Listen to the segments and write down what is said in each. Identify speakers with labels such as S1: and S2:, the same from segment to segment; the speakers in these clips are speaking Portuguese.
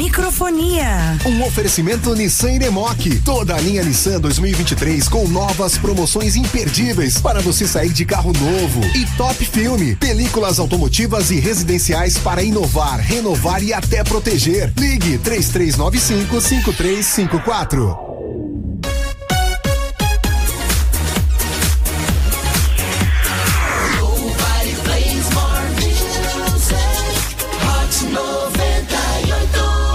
S1: Microfonia.
S2: Um oferecimento Nissan Iremoc. Toda a linha Nissan 2023 com novas promoções imperdíveis para você sair de carro novo. E Top Filme. Películas automotivas e residenciais para inovar, renovar e até proteger. Ligue 3395 5354.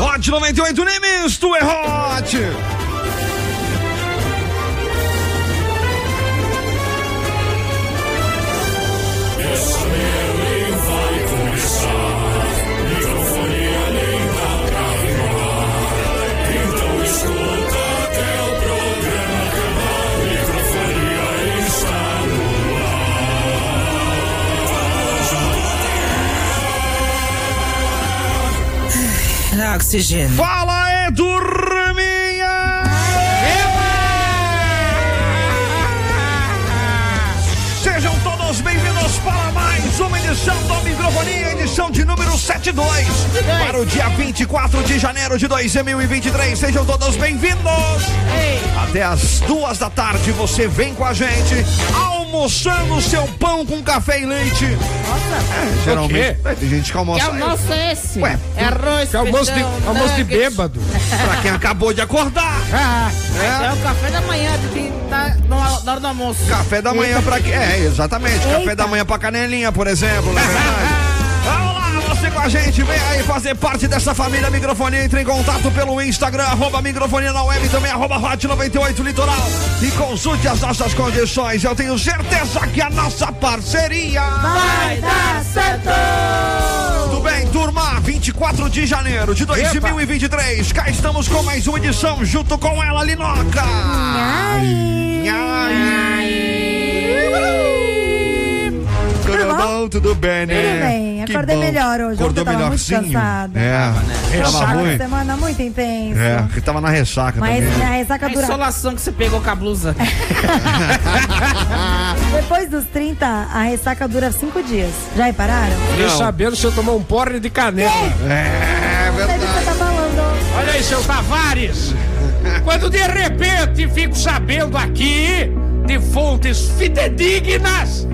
S3: Hot 98 Nimes, tu é hot!
S1: Ah, Oxigênio.
S3: Fala, é Turminha! Sejam todos bem-vindos para mais uma edição do Microfonia, edição de número 72, para o dia 24 de janeiro de 2023. Sejam todos bem-vindos! Até as duas da tarde você vem com a gente, almoçando seu pão com café e leite. É, geralmente, é, tem gente que
S4: Que
S3: almoça.
S4: almoço é esse?
S3: Ué,
S4: é arroz,
S5: Que almoço de,
S4: feijão, né?
S5: almoço de
S4: nuggets.
S5: bêbado.
S3: pra quem acabou de acordar.
S4: Ah,
S3: É.
S4: é. o café da manhã de quem tá no- na hora do almoço.
S3: Café da manhã pra quê? É, exatamente. Café da manhã pra canelinha, por exemplo, na verdade. Vamos lá, você com a gente, vem aí fazer parte dessa família Microfonia. Entre em contato pelo Instagram, arroba Microfonia na web, também arroba Hot 98 Litoral. E consulte as nossas condições. Eu tenho certeza que a nossa parceria.
S4: Vai dar certo!
S3: Tudo bem, turma? 24 de janeiro de 2023. Cá estamos com mais uma edição, junto com ela, Linoca. Nhaí. Tudo
S6: Tudo
S3: bom? Tudo bem, né?
S6: Tudo bem,
S3: Que
S6: acordei
S3: bom.
S6: melhor hoje, ontem
S3: Acordou
S6: eu tava muito
S3: melhorzinho.
S6: cansada.
S3: É, tava
S6: Tava uma
S3: ruim.
S6: semana muito intensa.
S3: É, que tava na ressaca
S6: Mas é
S3: também.
S6: a ressaca
S4: A
S6: dura.
S4: insolação que você pegou com a blusa.
S3: Ah.
S6: Depois dos 30, a ressaca dura 5 dias. Já repararam?
S5: Fiquei
S3: Não.
S5: sabendo se eu tomar um porre de canela.
S3: É
S6: Não sei do que você
S3: verdade.
S6: tá falando.
S5: Olha aí, seu Tavares. Quando de repente fico sabendo aqui, de fontes fidedignas,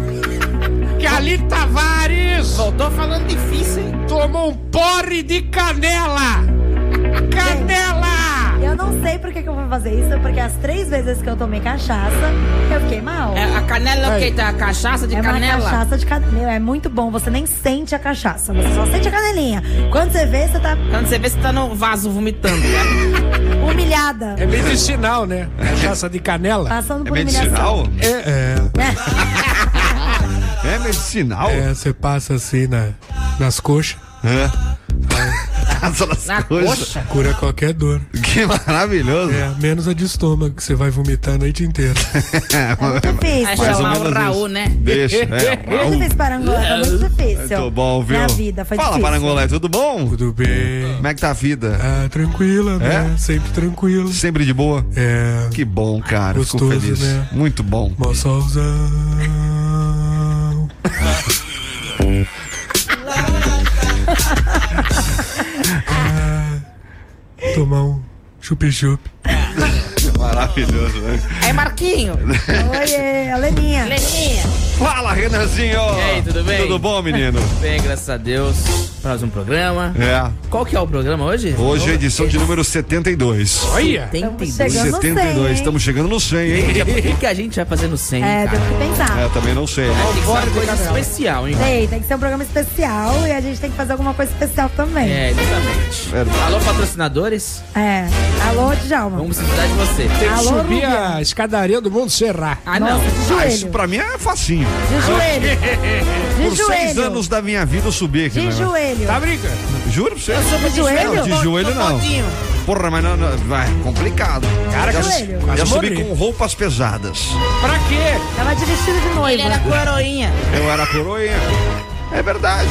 S5: que Ali Tavares
S4: Voltou falando difícil, hein?
S5: tomou um porre de canela. Canela!
S6: Eu não sei por que, que eu vou fazer isso, porque as três vezes que eu tomei cachaça, eu fiquei mal.
S4: É, a canela é o
S5: Aí.
S4: que? Tá? A cachaça de
S6: É uma
S4: canela?
S6: cachaça de canela. É muito bom, você nem sente a cachaça, você só sente a canelinha. Quando você vê, você tá
S4: Quando você vê, você tá no vaso vomitando. né?
S6: humilhada.
S5: É medicinal, né? Cachaça de canela.
S6: Passando
S3: É
S6: por humilhação.
S3: medicinal?
S5: É, é.
S3: É medicinal? É.
S5: É, você passa assim na, nas coxas,
S3: Essas
S4: Na
S3: coisas.
S4: coxa?
S5: é. cura qualquer dor.
S3: Que maravilhoso.
S5: É, menos a de estômago, que você vai vomitar a noite inteira.
S6: Muito
S4: Aí
S6: difícil.
S3: É, Mais ou
S4: chamar o
S3: menos
S4: Raul,
S3: isso.
S4: né?
S3: Deixa, é.
S6: Muito
S3: Raul.
S6: difícil para Angola, foi muito difícil.
S3: Muito bom, viu?
S6: Na vida, foi
S3: Fala,
S6: difícil.
S3: Parangolé, tudo bom?
S5: Tudo bem.
S3: Como é que tá a vida?
S5: Ah, tranquila, né?
S3: É?
S5: Sempre tranquila.
S3: Sempre de boa?
S5: É.
S3: Que bom, cara. Fico
S5: Gostoso,
S3: feliz.
S5: né?
S3: Muito bom.
S5: Mó solzão. Ah, tomar um chup-chup.
S3: Maravilhoso, né?
S4: Aí, É Marquinho.
S6: Oiê, é, a Leninha.
S4: Leninha.
S3: Fala, Renanzinho!
S4: E aí, tudo bem?
S3: Tudo bom, menino?
S4: Bem, graças a Deus. Mais um programa.
S3: É.
S4: Qual que é o programa hoje?
S3: Hoje é a edição de número 72.
S5: Olha!
S4: Tem
S6: Estamos
S4: tem
S6: chegando. Eu não sei,
S3: 72.
S6: hein?
S3: Estamos chegando no 100, hein?
S4: O que, que a gente vai fazer no 100,
S6: É,
S4: cara?
S6: temos que pensar.
S3: É, também não sei.
S4: Tem que ser uma coisa especial, hein?
S6: Sei, tem que ser um programa especial e a gente tem que fazer alguma coisa especial também. É.
S4: É, exatamente.
S3: Verdade.
S4: Alô, patrocinadores,
S6: Alô, Djalma.
S4: vamos precisar de você.
S5: Tem que
S6: Alô,
S5: subir
S6: Lúbia.
S5: a escadaria do Mundo Serra.
S4: Ah, não.
S6: Nossa, de
S3: Ah,
S6: joelho.
S3: isso pra mim é facinho.
S6: De joelho. De
S3: Por seis
S6: joelho.
S3: anos da minha vida eu subi aqui,
S6: De
S3: né?
S6: joelho.
S5: Tá brincando?
S3: Juro pra você.
S6: De
S3: Não,
S6: joelho?
S3: de joelho não. Porra, mas não, não, vai, complicado. Cara, já,
S6: joelho.
S3: já
S5: Quase
S3: subi
S5: morri.
S3: com roupas pesadas.
S5: Pra quê?
S6: Tava de vestido de noiva.
S4: Ele era coroinha.
S3: Eu era coroinha. É verdade.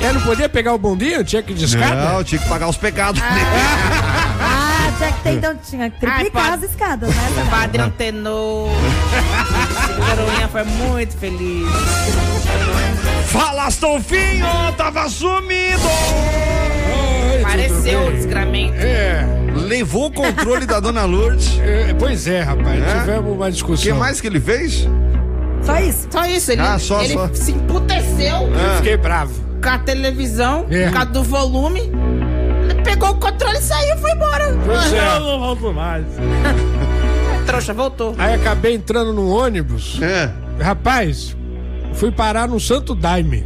S5: Eu É, não podia pegar o bondinho? Tinha que ir de
S3: Não,
S5: escada?
S3: eu tinha que pagar os pecados.
S6: Ah, tinha que ter, então tinha que triplicar
S4: Ai,
S6: as escadas, né?
S4: Padre Antenor. Esse coroinha foi muito feliz.
S3: Fala, Astolfinho! Tava sumido!
S5: Oi,
S4: Apareceu o desgramento.
S5: É,
S3: Levou o controle da dona Lourdes.
S5: é, pois é, rapaz.
S3: É?
S5: Tivemos uma
S3: O que
S5: discussão.
S3: mais que ele fez?
S6: Só isso.
S4: Só isso, ele,
S3: Ah, só,
S4: ele
S3: só.
S4: se emputeceu
S5: Eu Fiquei bravo.
S4: com a televisão,
S5: É.
S4: por causa do volume. Ele pegou o controle, saiu e foi embora.
S5: Pois é.
S4: Ah,
S5: não volto mais.
S4: Trouxa, voltou.
S5: Aí acabei entrando num ônibus.
S3: É.
S5: Rapaz, fui parar no Santo Daime.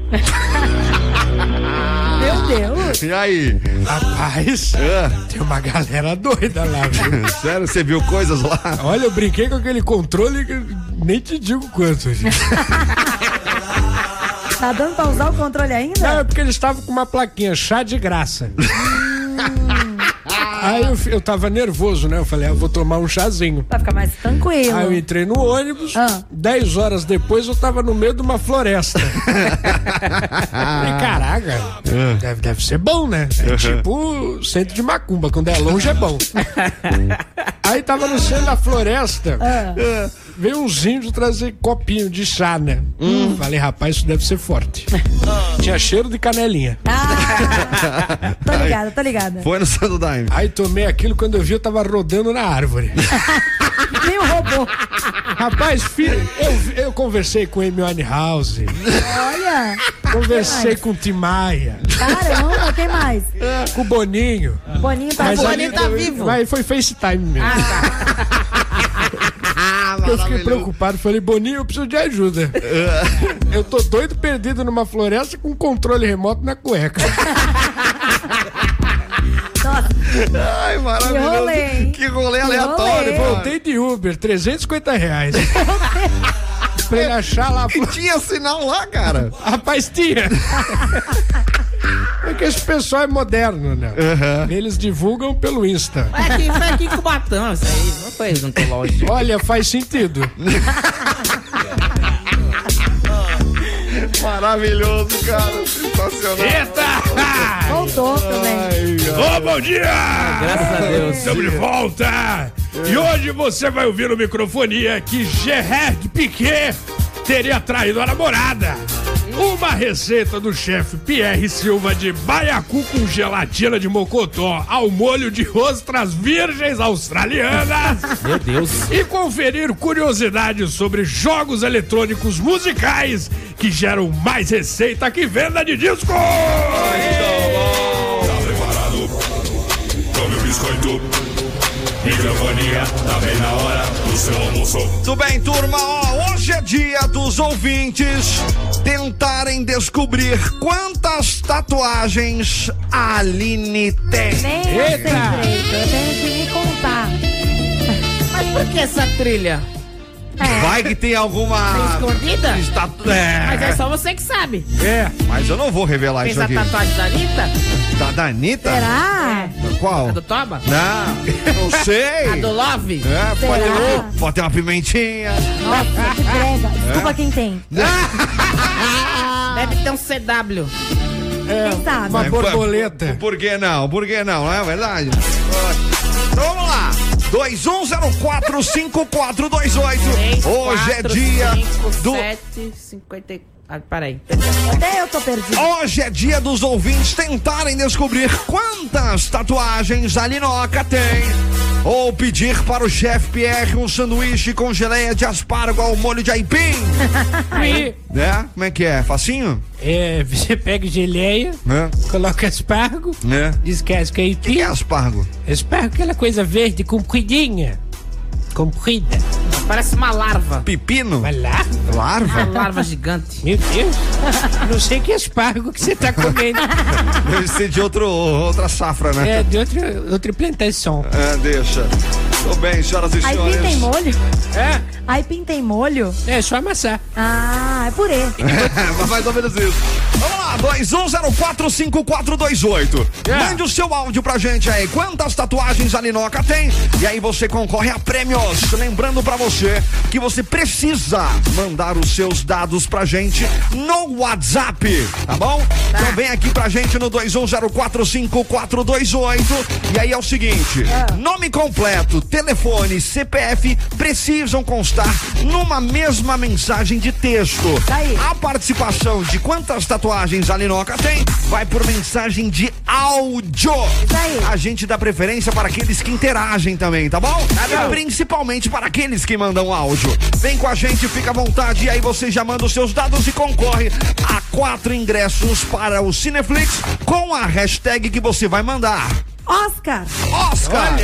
S6: Meu Deus.
S3: E aí?
S5: Rapaz,
S3: É.
S5: tem uma galera doida lá, viu?
S3: Sério, você viu coisas lá?
S5: Olha, eu brinquei com aquele controle que nem te digo quanto, gente.
S6: Tá dando pra usar o controle
S5: Não,
S6: ainda?
S5: é porque eles estavam com uma plaquinha, chá de graça.
S6: Hum.
S5: Aí eu, fi- eu tava nervoso, né? Eu falei, ah, eu vou tomar um chazinho.
S6: Pra ficar mais
S5: Aí eu
S6: tranquilo.
S5: entrei no ônibus,
S6: Ah.
S5: 10 horas depois eu tava no meio de uma floresta. Ah. Falei, caraca, deve, deve ser bom, né? É tipo centro de macumba, quando é longe é bom. Aí tava no centro da floresta,
S6: Ah.
S5: é, veio uns índios trazer copinho de chá, né?
S6: Hum.
S5: Falei, rapaz, isso deve ser forte. Tinha cheiro de canelinha.
S6: Ah, tô ligada, tô ligada.
S3: Foi no Santo Daime.
S5: Aí tomei aquilo, quando eu vi, eu tava rodando na árvore.
S6: Nem o robô.
S5: Rapaz, filho, eu, eu conversei com o Amy House,
S6: Olha.
S5: conversei com o Tim Maia,
S6: Caramba, quem mais?
S5: com o Boninho.
S6: Boninho tá
S4: Boninho
S5: ali-
S4: tá vivo.
S5: Mas foi FaceTime mesmo.
S3: Ah, tá.
S5: eu fiquei preocupado, falei, Boninho, eu preciso de ajuda. eu tô doido perdido numa floresta com controle remoto na cueca.
S6: Nossa,
S3: Ai, maravilhoso.
S6: Que rolê, hein?
S3: Que rolê
S6: rolê.
S3: aleatório, pô.
S5: Voltei de Uber, 350 reais. pra ele achar lá a
S3: Ah. E tinha sinal lá, cara.
S5: Rapaz, tinha. É que esse pessoal é moderno, né? Eles divulgam pelo Insta.
S4: Vai aqui, vai aqui com o batão. Isso aí não foi
S6: é um
S4: odontológico.
S5: Olha, faz sentido.
S3: Maravilhoso, cara. Sensacional.
S5: Eita!
S6: voltou também.
S5: Ô, Ah, bom dia!
S4: Graças a Deus.
S5: Estamos de volta! E hoje você vai ouvir no microfonia que Gerard Piquet teria traído a namorada. Uma receita do chefe Pierre Silva de baiacu com gelatina de mocotó ao molho de ostras virgens australianas.
S4: Meu Deus.
S5: e conferir curiosidades sobre jogos eletrônicos musicais que geram mais receita que venda de disco.
S7: Tá preparado? Tome o biscoito. Microfonia, tá bem na hora do seu almoço.
S3: Muito bem, turma. Ó, hoje é dia dos ouvintes tentarem descobrir quantas tatuagens a Aline tem.
S6: Nem eu sei direito, eu tenho que me contar.
S4: Mas por que é essa trilha?
S6: É.
S3: Vai que tem alguma.
S4: Escondida?
S3: Tatu...
S4: Mas é
S3: É.
S4: só você que sabe.
S3: Mas eu não vou revelar
S4: Fez
S3: isso
S4: a
S3: aqui.
S4: tatuagem da Anitta?
S3: Da, da Anitta?
S6: Será?
S3: Qual?
S4: A do Toba?
S3: Tá. Não, não
S4: A
S3: sei.
S4: do Love?
S3: É, pode,
S6: Será?
S3: ter, pode ter uma pimentinha.
S6: Nossa, que brega. Desculpa quem tem.
S4: Deve ter um CW.
S6: Quem sabe?
S5: Uma borboleta.
S3: Por que não? Por que não? Não é verdade? Então vamos lá. 21045428. Hoje é dia do.
S4: 7, 50... Ah, peraí.
S6: Até eu tô perdido.
S3: Hoje é dia dos ouvintes tentarem descobrir quantas tatuagens a Linoca tem. Ou pedir para o chefe Pierre um sanduíche com geleia de aspargo ao molho de aipim. né? Como é que é? Facinho?
S5: É, você pega geleia,
S3: Né?
S5: coloca aspargo,
S3: Né?
S5: descasca aí.
S3: O que é aspargo?
S5: Aspargo é aquela coisa verde compridinha. Comprida.
S4: Parece uma larva.
S3: Pepino?
S5: Vai lá.
S4: Uma
S3: Larva?
S4: larva gigante.
S5: Meu Deus. Não sei que aspargo que você tá comendo.
S3: Deve ser de outro, outra safra, né?
S5: É de outra, outra plantação.
S3: Ah, deixa. Tô bem, senhoras e
S6: Aí
S3: senhores.
S6: pintem molho?
S5: É,
S6: Aí pintem molho?
S5: é só amassar.
S6: Ah, é purê.
S3: É, mais ou menos isso. Vamos lá, 21045428.
S5: Yeah.
S3: Mande o seu áudio pra gente aí. Quantas tatuagens a Linoca tem? E aí você concorre a prêmios. Lembrando pra você que você precisa mandar os seus dados pra gente no WhatsApp, tá bom? Então vem aqui pra gente no 21045428. E aí é o seguinte:
S6: Ah.
S3: nome completo, telefone, CPF precisam constar numa mesma mensagem de texto.
S6: Tá aí.
S3: A participação de quantas tatuagens a Linoca tem, vai por mensagem de áudio.
S6: Isso Tá aí.
S3: A gente dá preferência para aqueles que interagem também, tá bom?
S4: bom.
S3: E principalmente para aqueles que mandam áudio. Vem com a gente, fica à vontade, e aí você já manda os seus dados e concorre a quatro ingressos para o Cineflix com a hashtag que você vai mandar.
S6: Oscar,
S3: Oscar!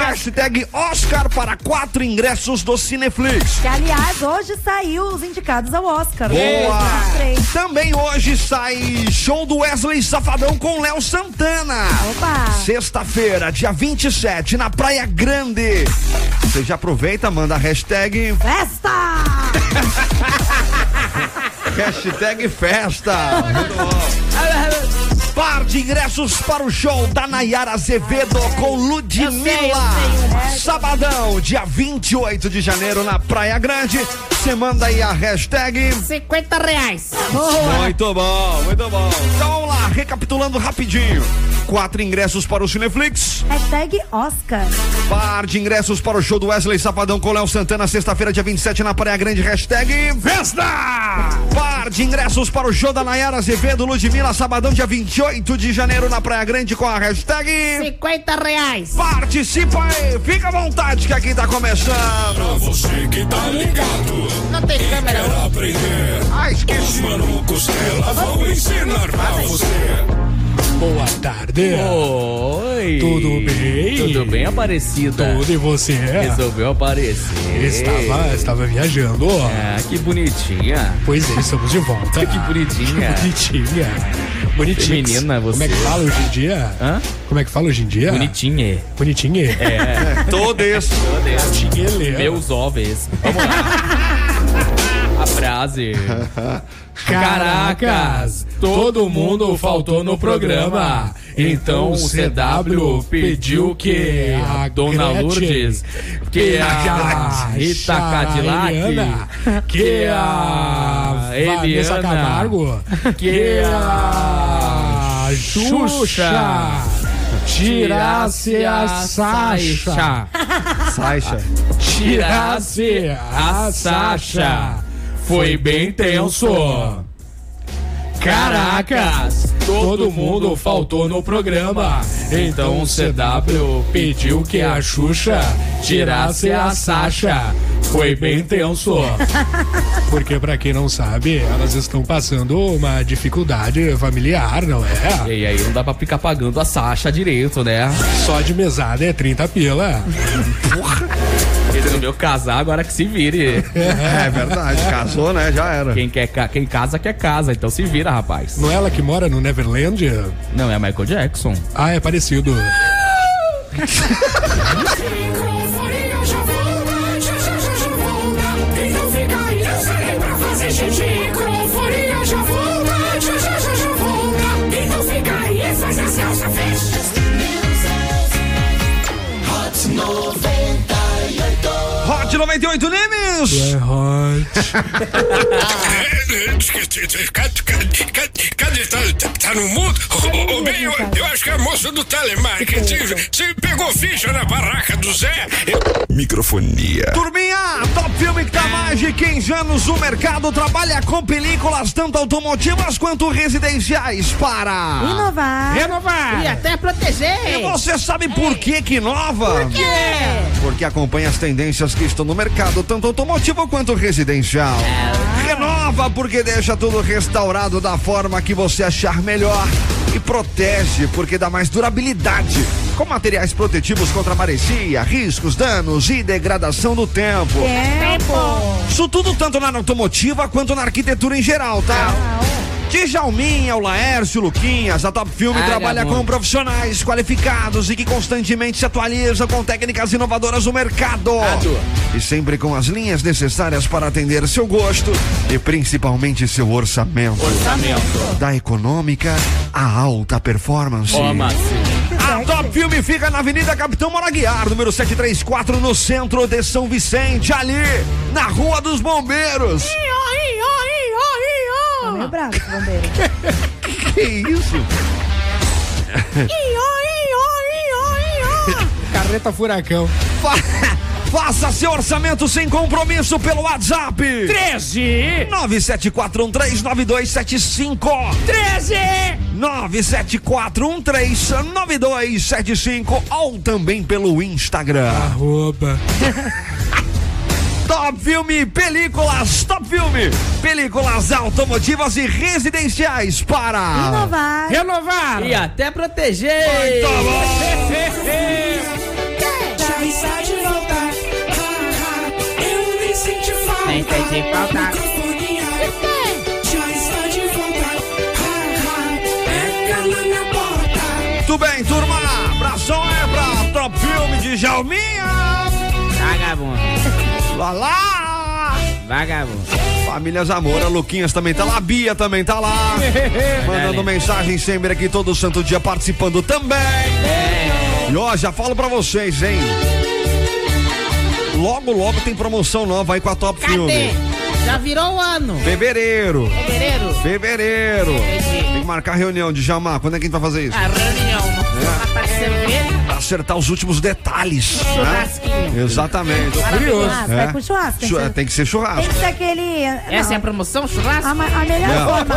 S3: Hashtag Oscar para quatro ingressos do Cineflix.
S6: que aliás, hoje saiu os indicados ao Oscar. né? Tá
S3: Boa!
S6: Os três.
S3: Também hoje sai show do Wesley Safadão com Léo Santana.
S6: Opa!
S3: Sexta-feira, dia 27, na Praia Grande. Você já aproveita, manda a hashtag,
S6: Festa!
S3: hashtag festa. Par de ingressos para o show da Nayara Azevedo com
S4: Eu sei, eu
S3: Ludmilla.
S4: sei,
S3: Sabadão, dia 28 de janeiro, na Praia Grande. Você manda aí a hashtag
S4: 50 reais.
S3: Muito bom, muito bom. Então vamos lá, recapitulando rapidinho. Quatro ingressos para o Cineflix,
S6: Hashtag Oscar.
S3: par de ingressos para o show do Wesley Safadão com Léo Santana, sexta-feira, dia 27, na Praia Grande, hashtag Festa! Par de ingressos para o show da Nayara Azevedo, Ludmilla, sabadão, dia 28 de janeiro, na Praia Grande, com a hashtag
S4: 50 reais.
S3: Participa aí, fica à vontade que aqui tá começando.
S7: Pra você que tá ligado
S4: Não tem
S7: e
S4: câmera.
S7: quer aprender,
S3: Ah,
S7: os
S3: esqueci.
S7: malucos dela vão ensinar pra você.
S5: Boa tarde.
S8: Oi!
S5: Tudo bem?
S8: Tudo bem, Aparecida?
S5: Tudo e você?
S8: Resolveu aparecer.
S5: Estava, estava viajando.
S8: Ah,
S4: É,
S8: que bonitinha.
S5: Pois é, estamos de volta.
S8: Que bonitinha.
S5: Bonitinha. Bonitinha.
S8: Feminina você.
S5: Como é que fala hoje em dia?
S8: Hã?
S5: Como é que fala hoje em dia?
S8: Bonitinha.
S5: Bonitinha. É.
S3: Todo esse.
S8: Meus ovos. Vamos lá. A frase. Caracas, todo mundo faltou no programa. Então o CW pediu que a Dona
S5: Gretchen,
S8: Lourdes, que a Rita
S5: Eliana,
S8: Cadillac,
S5: que a Vanessa
S8: Eliana,
S5: Camargo,
S8: que a
S5: Xuxa tirasse a Sasha,
S3: Saixa.
S8: tirasse a Sasha. Foi bem tenso. Caracas, todo mundo faltou no programa. Então o CW pediu que a Xuxa tirasse a Sasha. Foi bem tenso.
S5: porque pra quem não sabe, elas estão passando uma dificuldade familiar, não é?
S8: E aí, não dá pra ficar pagando a Sasha direito, né?
S5: Só de mesada é 30 pila.
S8: Ele não veio casar, agora que se vire.
S3: É verdade, casou, né? Já era.
S8: Quem, quer, ca- quem casa, quer casa. Então se vira, rapaz.
S5: Não é ela que mora no Neverland?
S8: Não, é Michael Jackson.
S5: Ah, é parecido.
S9: Esse microfone já volta, já já já já volta. Então fica aí, eu saí pra fazer xixi. Microfone já volta, já já já já volta. Então fica aí e faz a salsa festa.
S3: Hot 98 Nimes!
S7: Cadê? Tá, tá, tá no mundo? Ô, ô, ô, bem, eu, eu acho que é a moça do telemarketing. Você pegou ficha na barraca do Zé? Microfonia.
S3: Turminha, Top Filme que tá há mais de 15 anos no mercado, trabalha com películas tanto automotivas quanto residenciais para
S6: Ah. Inovar.
S4: E
S3: renovar.
S4: até proteger.
S3: E você sabe por que que é. inova?
S4: É.
S3: Porque acompanha as tendências que estão no mercado, tanto automotivo quanto residencial. Renova porque deixa tudo restaurado da forma que você achar melhor. E protege porque dá mais durabilidade. Com materiais protetivos contra maresia, riscos, danos e degradação do tempo.
S10: É.
S6: Tempo.
S3: Isso tudo tanto na automotiva quanto na arquitetura em geral, tá? Djalminha, o Laércio, o Luquinhas, a Top Filme
S8: Ai,
S3: trabalha
S8: amor.
S3: com profissionais qualificados e que constantemente se atualizam com técnicas inovadoras do mercado.
S8: Adoro.
S3: E sempre com as linhas necessárias para atender seu gosto e principalmente seu orçamento.
S8: Orçamento.
S3: Da econômica à alta performance.
S8: Toma.
S3: A Top Filme fica na Avenida Capitão Moraguiar, número 734, no centro de São Vicente, ali, na Rua dos Bombeiros.
S6: Tá meio bravo, esse bombeiro.
S3: Que isso?
S5: Carreta furacão.
S3: Fa- Faça seu orçamento sem compromisso pelo WhatsApp.
S8: 13!
S3: 974139275.
S8: 13!
S3: 974139275 ou também pelo Instagram.
S5: Arroba.
S3: Top Filme Películas, Top Filme, películas automotivas e residenciais para
S6: Inovar.
S5: Renovar.
S4: E até proteger.
S3: Tá
S9: Já está de volta. Ha, ha. Eu nem senti falta.
S4: Nem senti falta.
S9: Microfonia. Já está de volta. Ha, ha. Pega na minha porta.
S3: Muito bem, turma, abração é pra Top Filme de Jalminha,
S4: Vagabundo.
S3: lá lá,
S4: Vagabundo.
S3: família Zamora, Luquinhas também tá lá, Bia também tá lá, mandando mensagem sempre aqui todo santo dia participando também.
S4: É.
S3: E ó, já falo pra vocês, hein? Logo, logo tem promoção nova aí com a Top
S4: Cadê?
S3: Filme.
S4: Já virou o ano.
S3: Fevereiro.
S4: Fevereiro.
S3: Fevereiro. Tem
S4: Entendi.
S3: que marcar reunião de Jamar. Quando é que a gente vai fazer isso? É.
S4: A reunião. Uma parceria.
S3: Pra acertar os últimos detalhes. Né?
S4: Um Churrasquinho.
S3: Exatamente.
S6: Churrasco,
S3: É.
S6: vai pro churrasco. Tem,
S3: Chu-
S6: que ser-
S3: Tem que ser
S6: tem
S3: churrasco.
S6: que ser aquele.
S4: Essa é
S6: não.
S4: a promoção, churrasco?
S6: A, ma- a melhor
S3: Não.
S6: forma.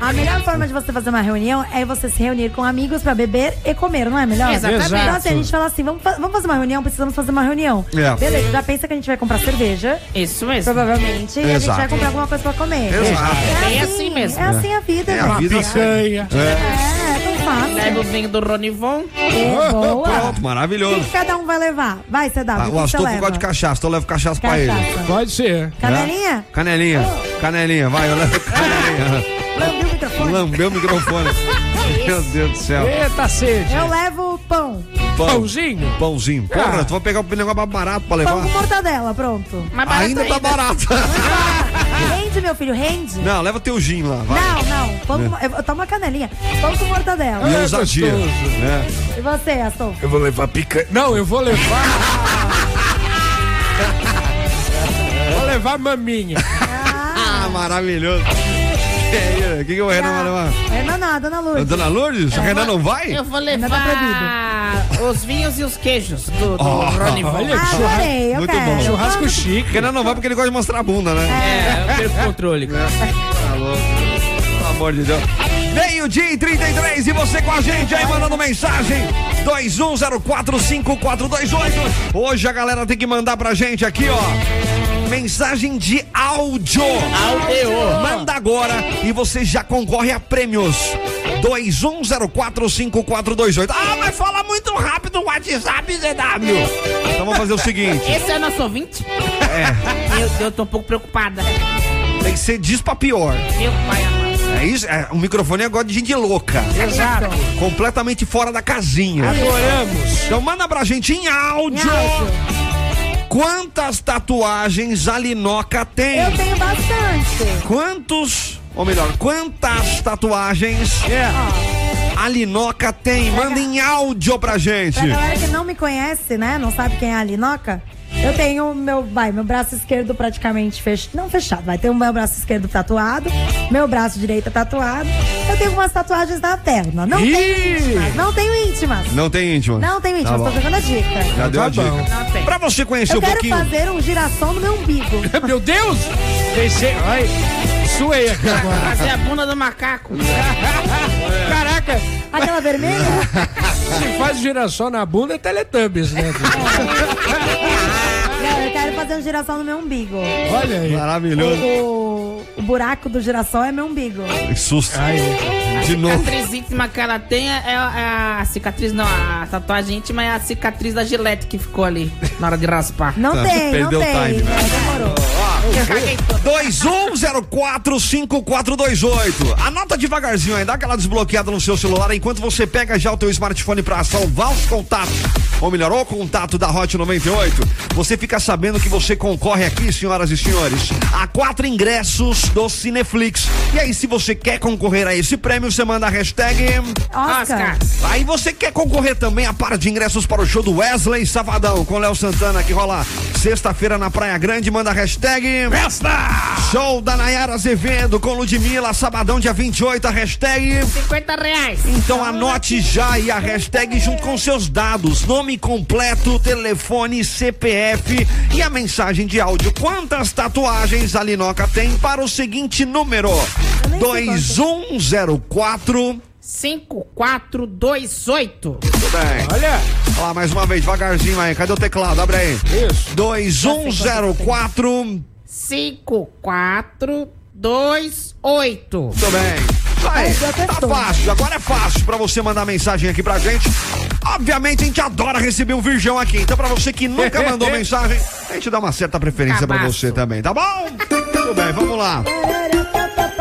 S6: A melhor forma de você fazer uma reunião é você se reunir com amigos pra beber e comer, não é melhor?
S4: Exatamente. Exato.
S6: Então, assim, a gente fala assim: vamos, fa- vamos fazer uma reunião, precisamos fazer uma reunião.
S3: É.
S6: Beleza, já pensa que a gente vai comprar cerveja,
S4: Isso mesmo.
S6: provavelmente, e a gente
S3: Exato.
S6: vai comprar alguma coisa pra comer.
S3: Exato.
S4: Bem assim mesmo.
S6: É assim a vida,
S3: É a
S6: gente.
S3: vida.
S5: Picanha.
S6: É, é tão
S4: Leva
S6: fácil.
S4: o vinho do Ronivon.
S6: É, boa.
S3: Pronto,
S6: O que
S3: maravilhoso.
S6: que cada um vai levar? Vai, Sedap.
S3: Ah,
S6: o que
S3: o
S6: que você
S3: Astolfo gosta
S6: leva?
S3: de cachaça, então eu levo cachaça pra ele.
S6: Cachaça.
S5: Pode ser. É.
S6: Canelinha?
S3: Canelinha, canelinha, vai, eu levo canelinha.
S6: Lambeu o microfone.
S3: Lambeu o microfone. Meu Deus do céu.
S5: Eita sede.
S3: É.
S6: Eu levo pão.
S3: Pão.
S5: Pãozinho.
S3: Pãozinho. Porra,
S5: Ah.
S3: tu vai pegar o negócio mais barato pra
S6: Pão com
S3: levar?
S6: mortadela, pronto.
S4: Mas barato
S3: Ainda tá barato.
S6: Rende, meu filho, rende.
S3: Não, leva teu gin lá, vai. É.
S6: Não, não. Pão com... Eu eu tomo uma canelinha. Pão com mortadela.
S3: E
S5: É
S3: ousadia.
S5: gostoso.
S3: né?
S6: E você, Aston?
S8: Eu vou levar picanha.
S5: Não, eu vou levar. vou levar maminha.
S3: Ah, maravilhoso. E aí, O que, que o Renan vai levar?
S6: Renan nada, É Ana
S3: A
S6: Lourdes.
S3: Dona Lourdes? O Renan não vai?
S4: Eu vou
S6: Ainda tá
S4: levar os vinhos e os queijos do, do
S3: Oh,
S4: Ronivon.
S5: Olha que churrasco,
S6: Adorei, eu
S3: Muito
S6: quero.
S3: bom.
S5: churrasco
S3: O
S5: chique.
S3: Renan não vai porque ele gosta de mostrar a bunda, né?
S4: É, eu perco o controle.
S3: Tá louco. Tá Pelo amor de Deus. Meio-dia e 33 e você com a gente aí mandando mensagem. 21045428. Hoje a galera tem que mandar pra gente aqui, ó. Mensagem de áudio.
S4: Aldeô.
S3: Manda agora e você já concorre a prêmios. 21045428. Ah, mas fala muito rápido o WhatsApp, ZW. Então vamos fazer o seguinte: É,
S4: Esse é nosso ouvinte? Eu, eu tô um pouco preocupada.
S3: tem que ser diz pra pior.
S4: Meu pai amado.
S3: É isso? É, o microfone é agora de gente louca.
S5: Exato.
S3: Completamente fora da casinha.
S5: Adoramos.
S3: Então manda pra gente em áudio. Quantas tatuagens a Linoca tem?
S6: Eu tenho bastante.
S3: Quantos, ou melhor, quantas tatuagens a Linoca tem? Manda em áudio pra gente.
S6: Pra galera que não me conhece, né? Não sabe quem é a Linoca. Eu tenho meu, vai, meu braço esquerdo praticamente fechado. Não fechado, vai. Tenho meu braço esquerdo tatuado, meu braço direito é tatuado. Eu tenho algumas tatuagens na perna. Não tenho íntimas. Não tenho íntimas.
S3: Não tem íntimo.
S6: Não tenho íntimas,
S3: Tá
S6: tô
S3: bom.
S6: dando a dica.
S3: Já deu a
S5: Tá
S3: dica.
S5: bom.
S4: Não tem.
S3: Pra você conhecer
S6: Eu
S3: um
S6: quero
S3: pouquinho.
S6: fazer um girassol no meu umbigo.
S5: Meu Deus! Pensei. Ai, suei aqui agora.
S4: Fazer a bunda do macaco.
S5: Caraca,
S6: Aquela vermelha?
S5: se faz girassol na bunda é Teletubbies, né? bicho?
S6: Não, eu quero fazer um girassol no meu umbigo.
S5: Olha aí.
S3: Maravilhoso.
S6: O, o buraco do girassol é meu umbigo.
S3: Que susto.
S5: Aí.
S3: De
S4: A
S3: novo.
S4: cicatriz íntima que ela tem é, é a a cicatriz, não, a tatuagem íntima é a cicatriz da gilete que ficou ali na hora de raspar.
S6: Não
S3: Tá,
S6: tem, não
S3: perdeu o
S6: tem.
S3: time,
S6: né? Demorou.
S3: 21045428. Anota devagarzinho aí, dá aquela desbloqueada no seu celular enquanto você pega já o teu smartphone pra salvar os contatos. Ou melhor, o contato da Hot 98. Você fica sabendo que você concorre aqui, senhoras e senhores, a quatro ingressos do Cineflix. E aí, se você quer concorrer a esse prêmio, você manda a hashtag.
S6: Oscar.
S4: Oscar.
S3: Aí você quer concorrer também a par de ingressos para o show do Wesley Safadão com Léo Santana que rola Sexta-feira na Praia Grande, manda a hashtag. Festa! Show da Nayara Azevedo com Ludmilla, sabadão dia 28, a hashtag.
S4: 50 reais.
S3: Então anote já e a hashtag junto com seus dados, nome completo, telefone, CPF e a mensagem de áudio. Quantas tatuagens a Linoca tem para o seguinte número?
S6: nem sei
S3: 2104.
S4: 5428.
S3: Tudo bem. Olha
S5: Olha,
S3: lá, mais uma vez, devagarzinho aí. Cadê o teclado? Abre aí.
S5: isso.
S3: 2104. Tudo
S4: 5428.
S3: bem. Isso Aí,
S6: já
S3: tá
S6: testou.
S3: fácil, agora é fácil pra você mandar mensagem aqui pra gente. Obviamente a gente adora receber um virgão aqui. Então, pra você que nunca mandou mensagem, a gente dá uma certa preferência pra
S4: Cabaço.
S3: você também, tá bom? Tudo bem, vamos lá.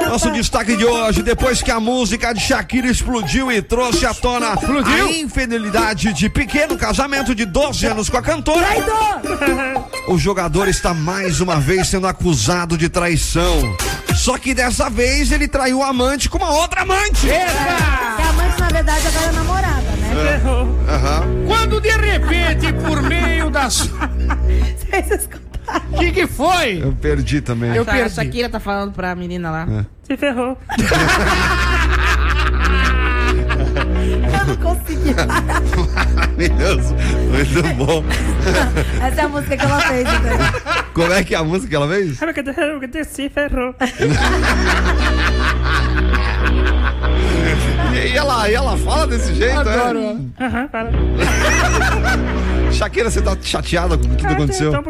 S3: Nosso destaque de hoje, depois que a música de Shakira explodiu e trouxe à tona a infidelidade de pequeno casamento de 12 anos com a cantora. O jogador está mais uma vez sendo acusado de traição. Só que dessa vez ele traiu o amante com uma outra amante.
S6: Que a amante, na verdade, agora é namorada, né?
S5: Quando de repente, por meio das.
S6: Vocês contaram.
S5: O que, que foi?
S3: Eu perdi também.
S5: Eu
S4: Tá, A
S5: perdi.
S4: Shakira tá falando pra menina lá.
S6: Eu não consegui.
S3: Meu Deus, muito bom.
S6: Essa é a música que ela fez, entendeu?
S3: Como é que é a música que ela fez? E, e ela, e ela fala desse jeito, né?
S5: Adoro.
S3: Shakira, você tá chateada com o que tudo aconteceu?
S6: Então,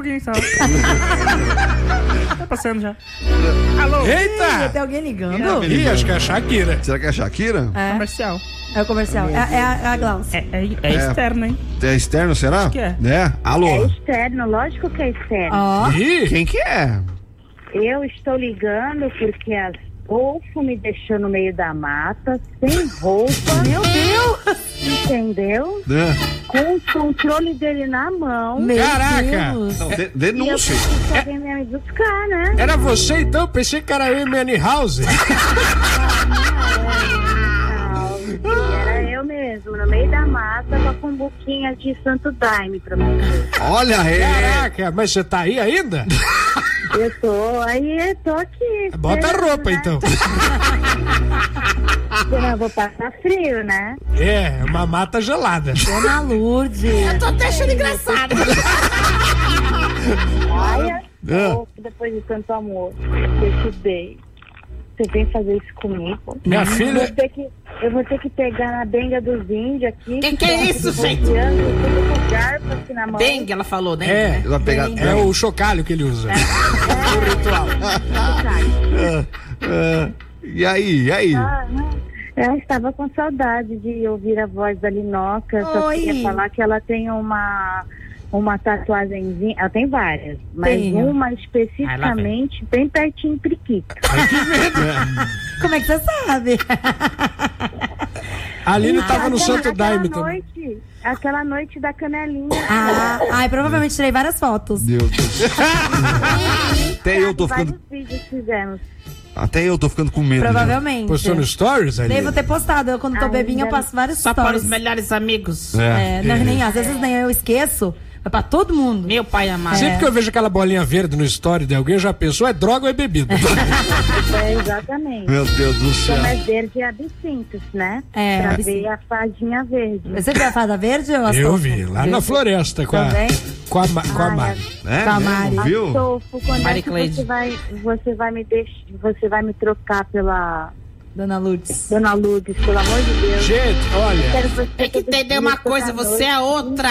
S6: tá
S5: Eita!
S6: então, Tem alguém ligando?
S5: Ih, acho que é a Shakira.
S3: Será que é a Shakira?
S11: Comercial.
S6: É o comercial. É, é a, é a Glaucia.
S11: É, é, é externo, hein?
S3: É externo, será?
S11: que é.
S3: Né? Alô?
S10: externo, lógico que é externo.
S6: Ó,
S5: Ih,
S3: Quem que é?
S10: Eu estou ligando porque a Golfo me deixou no meio da mata, sem roupa. Meu Deus! Entendeu?
S3: Né?
S10: Com o controle dele na mão.
S6: meu
S5: Caraca.
S6: Deus.
S3: Não, de-
S10: E eu
S3: denúncia.
S10: preciso que alguém venha me buscar, né?
S5: era você então? Pensei que era eu e Manny House.
S10: Ah, Era eu mesmo, no meio da mata, com a cumbuquinha de Santo Daime pra você.
S3: Olha aí.
S5: Caraca, mas você tá aí ainda?
S10: Eu tô aí, eu tô aqui.
S5: Bota a
S10: esperando,
S5: roupa
S10: né?
S5: então.
S10: Senão eu vou passar frio, né?
S5: É, uma mata gelada.
S6: Dona Lourdes.
S4: Tô até achando engraçado.
S10: Olha,
S5: Ah.
S10: oh, depois de tanto amor que eu te dei, você vem fazer isso comigo?
S5: Minha
S10: Eu vou
S5: filha.
S10: ter que, eu vou ter que pegar na benga dos índios aqui.
S4: Que que é
S10: tem
S4: isso,
S10: aquele
S4: gente?
S10: boiando, tudo com garfo aqui na mão.
S4: Dengue, ela falou, né?
S5: É,
S3: Ela pega-
S5: é o chocalho que ele usa. É
S3: Ah, e aí, e aí?
S10: Ah, Eu estava com saudade de ouvir a voz da Linoca. Eu Só
S6: Oi.
S10: queria falar que ela tem uma, uma tatuagemzinha. Ela tem várias, mas
S6: Tenho.
S4: Ah,
S10: uma especificamente bem pertinho, priquita.
S6: Como é que você sabe?
S5: A Aline tava no
S10: Ah, Aquela-
S5: Santo
S10: aquela
S5: Daime também.
S10: noite, Aquela noite da canelinha.
S6: Ah, ai, provavelmente tirei várias fotos.
S3: Meu Deus. Até eu tô
S10: Vários
S3: ficando,
S10: vídeos fizemos.
S3: até eu tô ficando com medo.
S6: Provavelmente.
S5: Postou no Stories, Aline?
S6: Devo ter postado. Eu, quando tô
S10: Ai,
S6: bebinha, eu
S10: deve-
S6: passo vários
S4: Só para os
S6: stories.
S4: melhores amigos.
S3: É.
S6: É, não, nem, às vezes nem eu esqueço. Mas pra todo mundo.
S4: Meu pai amado.
S5: É. Sempre que eu vejo aquela bolinha verde no story de alguém, eu já pensou, é droga ou é bebida?
S10: É, exatamente.
S3: Meu Deus do céu.
S10: Como é verde é absintos, né?
S6: É,
S10: pra
S6: absinto.
S10: ver a fadinha verde.
S6: É. Você viu a fada verde ou as
S5: Eu
S6: tofu?
S5: vi, lá na
S6: Verde.
S5: floresta com a,
S6: Também?
S5: com a, ma- com a
S10: Ai,
S5: Mari.
S3: É
S6: Tá,
S3: mesmo,
S6: Mari.
S3: viu?
S10: Astolfo, quando
S4: Mari
S10: é que
S4: Cleide.
S10: você vai, você vai me deixar, você vai me trocar pela
S6: Dona Lourdes.
S10: Dona Lourdes, pelo amor de Deus.
S5: Gente, olha,
S10: Quero você
S4: Tem que
S10: todo
S4: entender
S10: dia,
S4: uma
S10: toda
S4: coisa,
S10: noite.
S4: você é outra.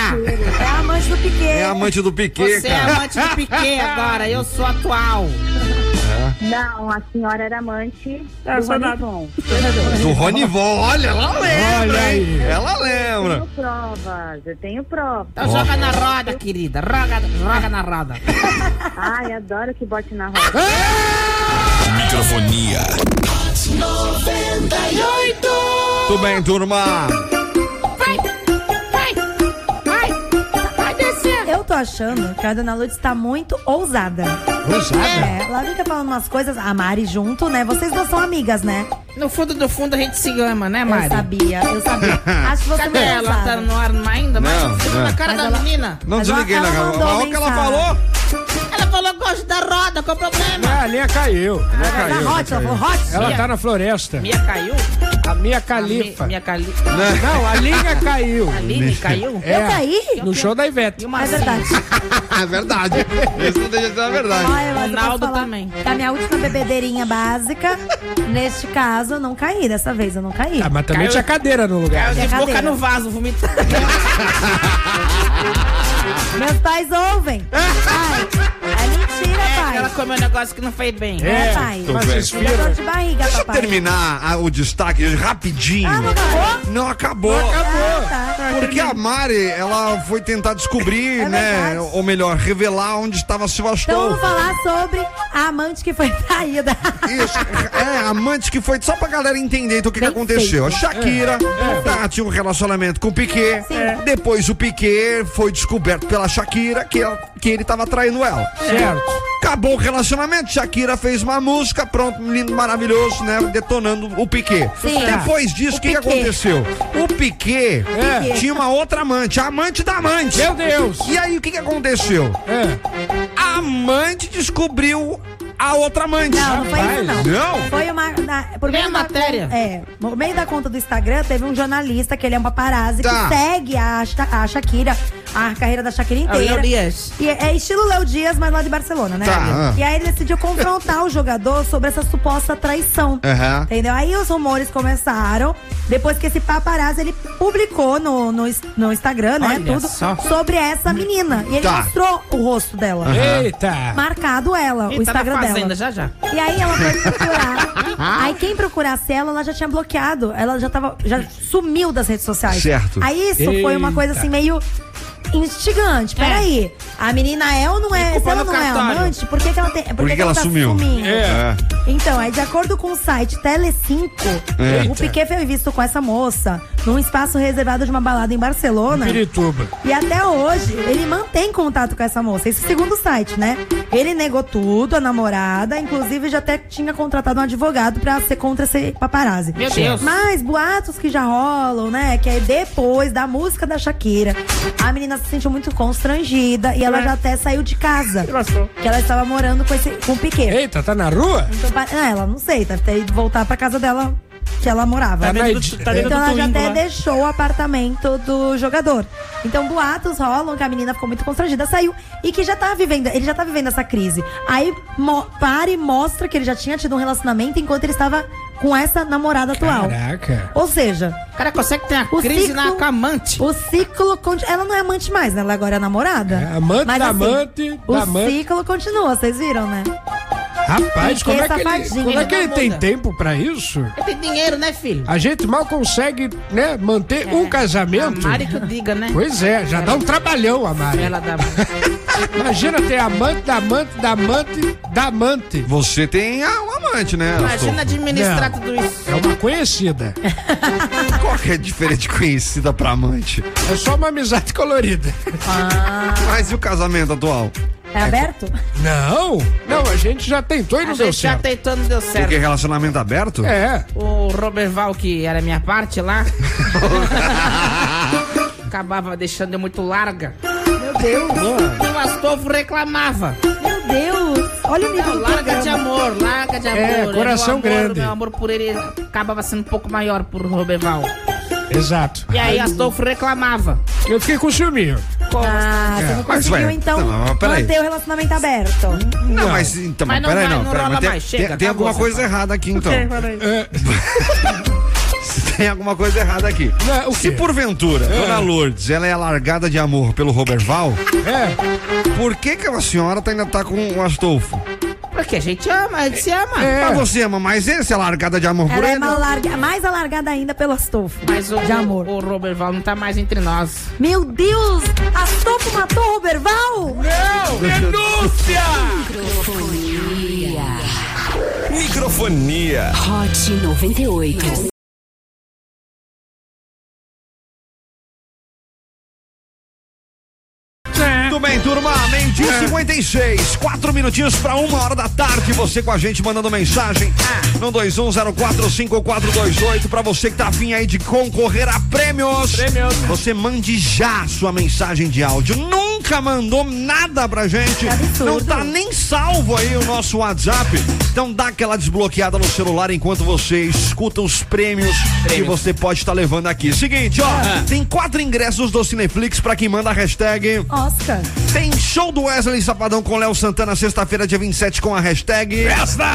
S6: É a amante do Piquet.
S3: É amante do Piquet,
S4: Você é
S3: cara.
S4: amante do Piquet agora, eu sou atual.
S3: É.
S10: Não, a senhora era amante do
S11: sou nada.
S10: Ronivon.
S3: Do Ronivon. Olha, ela lembra,
S5: Olha aí.
S3: hein? Ela
S10: Eu
S3: lembra.
S10: tenho provas, eu tenho provas.
S4: Então joga na roda, querida. Roga, joga na roda.
S10: Ai, adoro que bote na roda.
S12: Microfonia.
S3: Tudo bem, turma?
S4: Vai, vai, vai, vai descer.
S6: Eu tô tô achando que a Dona Lourdes tá muito ousada.
S5: Ousada?
S6: É, ela fica falando umas coisas. A Mari junto, né? Vocês não são amigas, né?
S4: No fundo do fundo a gente se ama, né, Mari?
S6: Eu sabia, eu sabia. Acho que Ah, você
S4: Cadê
S6: me
S4: ela?
S6: ousada.
S4: Tá no ar ainda? Mas
S3: Não,
S4: não,
S3: não.
S4: na cara
S6: Mas
S4: da
S6: ela-
S4: menina.
S3: Não
S6: Mas
S3: desliguei
S6: ela-
S3: na
S6: ela mandou
S3: Olha o que ela
S6: mensagem.
S3: falou.
S4: Ela falou gosto da roda, qual o problema?
S5: Ah, A linha caiu.
S6: Ela tá
S3: caiu,
S6: hot, ela falou hot.
S5: Ela tá na floresta.
S4: Minha caiu?
S5: A minha
S4: A mi-
S5: califa.
S4: Minha cali...
S5: Não, a linha caiu.
S4: Aline caiu?
S5: É,
S6: Eu caí?
S5: No show da Ivete.
S4: E o
S6: É
S4: Marcinho?
S6: verdade.
S3: É verdade. Isso não deixa de ser a verdade.
S6: Olha, mas eu posso
S4: Ronaldo
S6: falar
S4: também.
S6: Da minha última bebedeirinha básica, neste caso, eu não caí. Dessa vez eu não caí.
S5: Ah, mas também
S4: Caiu-
S5: tinha cadeira no lugar.
S4: Caiu de
S6: Brincadeira.
S4: boca no vaso, vomitou.
S6: Meus pais ouvem.
S5: É.
S6: Pai, é mentira, pai.
S4: Ela comeu um negócio que não fez bem.
S6: É, pai.
S5: mas
S3: bem.
S6: Ainda
S5: esfira.
S6: dor de barriga,
S3: Deixa eu
S6: papai.
S3: terminar ah, o destaque rapidinho.
S6: Ah, não acabou?
S3: Não acabou.
S6: Ah, tá.
S3: Porque a Mari, ela foi tentar descobrir,
S6: É
S3: né?
S6: verdade.
S3: Ou melhor, revelar onde estava
S6: Então
S3: Sevastopol.
S6: vamos falar sobre a amante que foi traída.
S3: Isso, é, amante que foi. Só pra galera entender então, o que, que
S6: Bem É,
S3: aconteceu. A Shakira tá, tinha um relacionamento com o Piquet.
S6: Sim.
S3: É. Depois o Piquet foi descoberto pela Shakira que, ela- que ele tava traindo ela.
S5: Certo.
S3: Acabou o relacionamento, Shakira fez uma música, pronto, um lindo, maravilhoso, né? Detonando o Piquet.
S6: Sim. Tá.
S3: Depois disso,
S6: O
S3: o que, que
S6: Piquet.
S3: aconteceu? O Piquet
S5: É.
S3: tinha uma outra amante, a amante da amante.
S5: Meu Deus.
S3: E aí, o que, que aconteceu?
S5: É.
S3: A amante descobriu a outra amante.
S6: Não, não foi isso, não.
S3: Não?
S6: Foi uma. na- por
S4: Tem
S6: meio
S4: a
S6: da-
S4: matéria?
S6: é. Por meio da conta do Instagram, teve um jornalista que ele é um paparazzi
S3: Tá.
S6: que segue a, Sha- a Shakira, a carreira da Shakira
S4: É o
S6: inteira.
S4: Léo Dias.
S6: E é estilo Léo Dias, mas lá de Barcelona, né?
S3: Tá, ah.
S6: E aí ele decidiu confrontar o jogador sobre essa suposta traição.
S3: Aham.
S6: Entendeu? Aí os rumores começaram, depois que esse paparazzi, ele publicou no, no, ins- no Instagram, né,
S4: Olha
S6: tudo,
S4: só.
S6: sobre essa menina. E ele
S3: Tá.
S6: mostrou o rosto dela.
S5: Eita.
S6: Marcado ela,
S4: E
S6: o
S4: tá na
S6: Instagram
S4: fazenda,
S6: dela.
S4: já já.
S6: E aí ela foi procurar.
S9: Ah.
S6: aí quem procurasse ela, ela já tinha bloqueado. Ela já tava. Já sumiu das redes sociais.
S3: Certo.
S6: Aí isso foi uma coisa
S5: Eita.
S6: assim meio. Instigante, peraí. A menina é ou não é? Se
S4: culpa
S6: ela
S4: no
S6: não é
S4: cartório.
S6: amante, por que, que ela tem. Por,
S3: que ela
S6: tá
S3: sumiu?
S6: sumindo?
S5: É.
S6: Então, aí de acordo com o site Telecinco,
S3: É.
S6: o Piquet foi visto com essa moça num espaço reservado de uma balada em Barcelona.
S5: Pirituba.
S6: E até hoje, ele mantém contato com essa moça. Isso segundo o site, né? Ele negou tudo, a namorada, inclusive já até tinha contratado um advogado pra ser contra esse paparazzi.
S4: Meu Deus.
S6: Mas boatos que já rolam, né? Que aí depois da música da Shakira, a menina se sentiu muito constrangida e ela
S4: É.
S6: já até saiu de casa. Que ela estava morando com, esse, com o Piquet.
S5: Eita, tá na rua?
S6: Então, pa- ah, ela não sei, deve ter ido voltar pra casa dela que ela morava.
S5: Tá na edi-
S4: Tá dentro
S6: Então
S4: do
S6: ela já
S4: Twingo,
S6: até
S4: né?
S6: deixou o apartamento do jogador. Então boatos rolam que a menina ficou muito constrangida, saiu e que já tá vivendo, ele já tá vivendo essa crise. Aí mo para e mostra que ele já tinha tido um relacionamento enquanto ele estava com essa namorada atual.
S5: Caraca.
S6: Ou seja,
S4: O cara consegue ter uma
S6: O
S4: crise
S6: ciclo-
S4: na com a amante.
S6: o ciclo conti- ela não é amante mais, né? Ela agora é namorada. assim,
S5: É, amante da amante,
S6: O
S5: da amante.
S6: ciclo continua, vocês viram, né?
S5: Rapaz, como é que ele,
S6: safadinho,
S5: como é
S4: ele
S5: que ele
S4: não
S5: tem
S4: muda.
S5: tempo pra isso?
S4: Ele tem dinheiro, né, filho?
S5: A gente mal consegue, né, manter um casamento.
S4: É. A Mari que eu diga, né?
S5: Pois é, já dá um trabalhão a
S6: Tá
S5: Mari.
S4: Ela dá um mais.
S5: Imagina ter amante, da amante, da amante, da amante.
S3: Você tem ah, um amante, né?
S4: Imagina
S3: Astor?
S4: administrar
S5: Não.
S4: tudo isso.
S5: É uma conhecida.
S3: Qual que é a diferença de conhecida pra amante?
S5: É só uma amizade colorida.
S3: Mas e o casamento atual?
S6: É aberto?
S5: Não, não, a gente já tentou e
S4: A
S5: não deu
S4: gente já
S5: certo.
S4: tentou, não deu
S3: Porque
S4: certo.
S3: relacionamento aberto?
S5: É,
S4: O Robert Val, que era minha parte lá, acabava deixando eu muito larga.
S6: Meu Deus.
S4: E o Astolfo reclamava.
S6: Meu Deus. Olha o nível do
S4: Não, larga de
S6: programa.
S4: amor, larga de amor.
S5: É,
S4: E meu
S5: coração
S4: amor,
S5: grande.
S4: Meu amor por ele acabava sendo um pouco maior por Roberval.
S5: exato.
S4: E aí Astolfo reclamava. assim?
S5: Eu fiquei com ciúminho.
S4: Pô,
S6: Ah, você não
S3: Mas,
S6: conseguiu,
S3: ué,
S6: então,
S3: não, mas peraí.
S6: manter o relacionamento aberto.
S3: Não, mas então,
S4: Mas não
S3: peraí,
S4: vai,
S3: não.
S4: não
S3: peraí,
S4: rola
S3: mas tem,
S4: mais,
S3: tem-
S4: chega,
S3: tem
S4: acabou,
S3: alguma coisa
S4: safado.
S3: errada aqui, então.
S5: É,
S3: Tem alguma coisa errada aqui.
S5: Não, É, o
S3: Se
S5: quê?
S3: porventura, Dona Lourdes, ela é largada de amor pelo Roberval,
S5: é,
S3: por que que a senhora tá- ainda tá com o Astolfo?
S4: porque a gente ama, a gente se ama.
S5: É.
S3: Mas você ama mais ele, se é largada de amor por
S6: Ela é
S3: ele?
S6: mal larga- mais alargada ainda pelo Astolfo.
S4: Mas o,
S6: de amor.
S4: o Roberval não tá mais entre nós.
S6: Meu Deus! Astolfo matou o Roberval?
S13: Microfonia.
S7: Microfonia.
S13: Hot 98.
S3: Muito bem, turma? Meio-dia e 56. Quatro minutinhos pra uma hora da tarde. Você com a gente mandando mensagem no 21045428. Pra você que tá afim aí de concorrer a prêmios. Prêmios. Você mande já sua mensagem de áudio. Nunca mandou nada pra gente. Não tá nem salvo aí o nosso WhatsApp. Então dá aquela desbloqueada no celular enquanto você escuta os prêmios, que você pode estar levando aqui. Seguinte, ó. Tem quatro ingressos do Cineflix pra quem manda a hashtag.
S6: Oscar.
S3: Tem show do Wesley Safadão com Léo Santana, sexta-feira, dia 27, com a hashtag. Festa!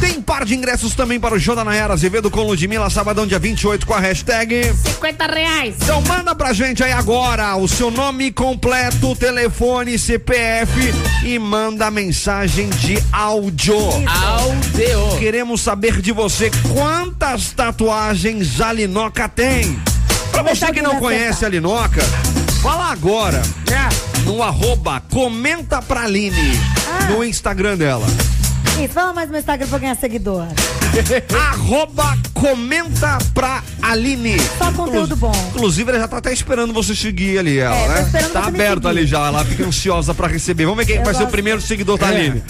S3: Tem par de ingressos também para o show da Nayara Azevedo com Ludmilla, sabadão, dia 28, com a hashtag.
S4: 50 reais.
S3: Então manda pra gente aí agora o seu nome completo, telefone, CPF e manda a mensagem de áudio.
S14: Áudio.
S3: Queremos saber de você quantas tatuagens a Linoca tem. Pra você que não conhece a Linoca, fala agora né, no arroba comenta pra Aline no Instagram dela.
S6: Isso, fala mais no meu Instagram pra eu ganhar seguidor.
S3: Arroba comenta pra Aline.
S6: Só conteúdo bom.
S3: Inclusive, ela já tá até esperando você seguir ali, ela,
S6: É, tô
S3: né?
S6: esperando
S3: Tá
S6: você me
S3: aberto
S6: seguir.
S3: ali já, ela fica ansiosa pra receber. Vamos ver quem
S6: Eu
S3: vai ser o
S6: gosto.
S3: primeiro seguidor da
S6: É.
S3: Aline.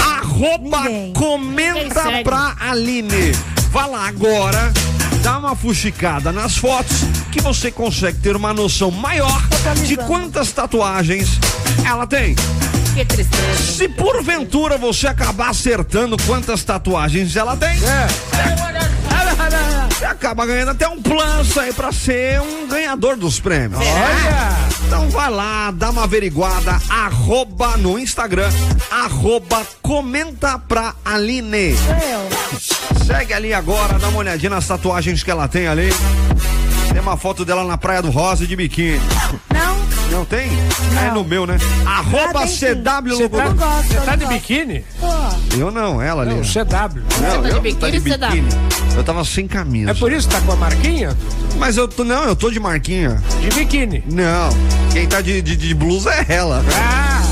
S3: Arroba comenta
S6: Ninguém segue.
S3: pra Aline. Vá lá agora, dá uma fuxicada nas fotos que você consegue ter uma noção maior de quantas tatuagens ela tem.
S4: Que tristeza.
S3: Se porventura você acabar acertando quantas tatuagens ela tem, você acaba ganhando até um plus aí pra ser um ganhador dos prêmios. Olha! Então vai lá, dá uma averiguada, arroba no Instagram, arroba comenta pra Aline. Segue ali agora, dá uma olhadinha nas tatuagens que ela tem ali. Tem uma foto dela na Praia do Rosa de biquíni. Não. Não tem? É no meu, né? Arroba
S5: tem sim.
S3: CW
S5: Você
S3: Lobo- né?
S5: tá-
S3: Lobo-
S5: você tá de biquíni?
S3: Eu não, ela ali.
S5: Não,
S3: ó.
S5: CW.
S3: Não,
S5: Você tá de
S3: eu não
S5: biquíni,
S3: tô de
S5: CW?
S3: biquíni. Eu tava sem camisa.
S5: É por isso que tá com a marquinha?
S3: Mas eu tô, não, eu tô de marquinha.
S5: De biquíni.
S3: Não, quem tá de, de, de blusa é ela.
S5: Ah.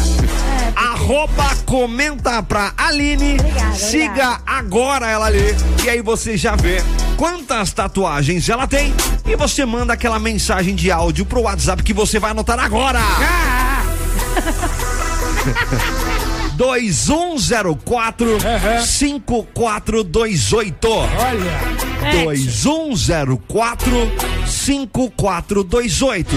S3: Arroba comenta pra Aline. Siga agora ela ali. E aí você já vê quantas tatuagens ela tem. E você manda aquela mensagem de áudio pro WhatsApp que você vai anotar agora.
S5: Ah.
S3: 2104 5428. Olha. 2104 5428.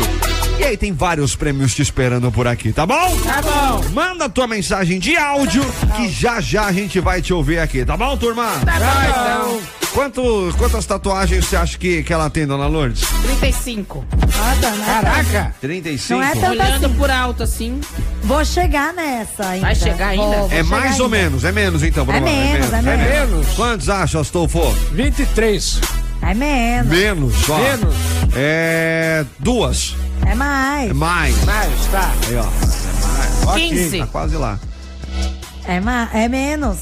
S3: E aí tem vários prêmios te esperando por aqui, tá bom? Tá bom. Manda tua mensagem de áudio que já já a gente vai te ouvir aqui, tá bom, turma? Tá bom. então. Quanto, quantas tatuagens você acha que, que ela tem, dona Lourdes?
S4: 35.
S6: Caraca.
S3: 35?
S6: Ah, tá, né? Não é tanta
S4: Olhando
S6: assim.
S4: por alto assim.
S6: Vou chegar nessa ainda.
S4: Vai chegar ainda?
S6: Vou, vou
S3: É
S6: chegar
S3: mais ou
S6: ainda.
S3: menos, é menos então, Bruno.
S6: menos, é menos.
S3: Quantos acha, Astolfo?
S5: 23.
S6: É menos.
S3: Menos, só.
S5: Menos.
S3: É. Duas.
S6: É mais.
S3: É mais.
S5: Mais, tá.
S3: Aí, ó. É mais. Ok,
S6: 15.
S3: Tá quase lá.
S6: É, ma é menos.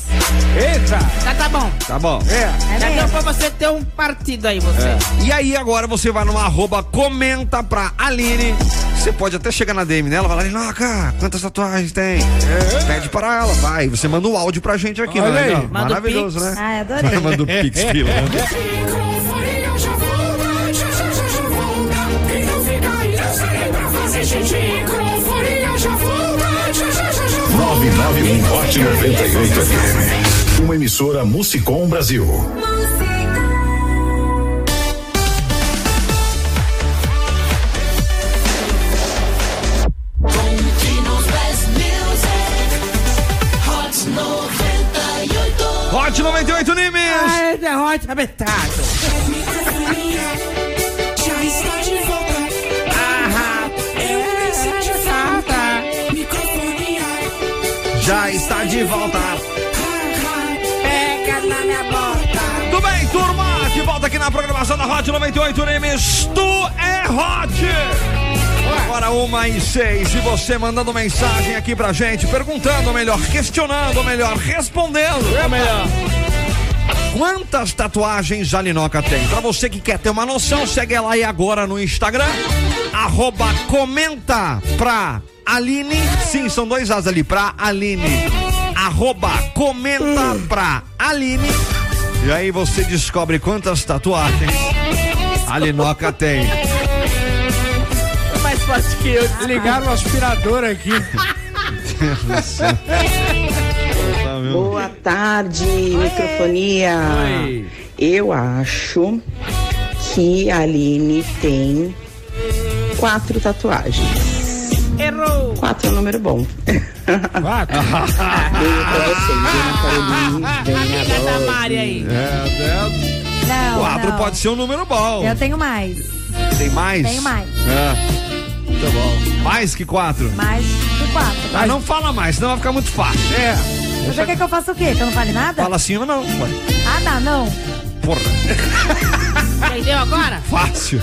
S5: Eita!
S4: Já tá bom.
S3: Tá bom.
S6: É
S4: Já deu
S6: menos.
S4: pra você ter um partido aí, você.
S3: É. E aí agora você vai no arroba, comenta pra Aline. Você pode até chegar na DM dela, falar, Linoca, quantas tatuagens tem? Pede para ela, vai. Você manda o áudio pra gente aqui,
S5: É. Olha
S3: né?
S5: aí.
S3: Legal.
S5: Manda o
S3: Maravilhoso,
S5: Pix.
S3: né?
S6: Ai, Ah, adorei.
S3: manda o Pix, filho.
S9: Microfonia já volta, já já já já volta. E não fica aí, eu serei pra fazer xixi. Microfonia já volta, já já já já volta.
S7: 991 Hot 98 FM. Uma emissora Musicom Brasil.
S3: Hot 98 Nimes!
S6: Ah,
S4: Ai,
S6: é,
S4: derrote na metade.
S9: Já está de volta. Eu nem senti falta. Microfonia,
S3: Já está de volta.
S9: pega na minha bota.
S3: Tudo bem, turma? De volta aqui na programação da Hot 98 Nimes. Tu é Hot! Agora uma e seis. E você mandando mensagem aqui pra gente, perguntando, ou melhor, questionando, ou melhor, respondendo. É melhor. Quantas tatuagens a Linoca tem? Pra você que quer ter uma noção, segue ela aí agora no Instagram. Arroba comenta pra Aline. Sim, são dois as ali, pra Aline. Arroba comenta pra Aline. E aí você descobre quantas tatuagens a Linoca tem.
S4: Mas
S15: É forte que eu. Ligaram o aspirador aqui.
S10: Boa tarde, microfonia.
S16: Oi.
S10: Eu acho que a Aline tem quatro tatuagens.
S4: Errou!
S10: Quatro é um número bom.
S15: Quatro?
S10: Beijo pra vocês, Dona Carolina.
S4: Amiga da Mari aí.
S3: É,
S6: Não,
S3: Quatro
S6: não.
S3: pode ser um número bom.
S6: Eu tenho mais.
S3: Tem mais?
S6: Tenho mais.
S3: É. Tá bom. Mais que quatro?
S6: Mais de quatro.
S3: Ah, não fala mais, senão vai ficar muito fácil. É.
S6: Você quer que eu faça o quê? Que eu não fale nada?
S3: Fala assim ou não. ué.
S6: Ah, tá, não.
S3: Porra,
S4: Entendeu agora?
S3: fácil.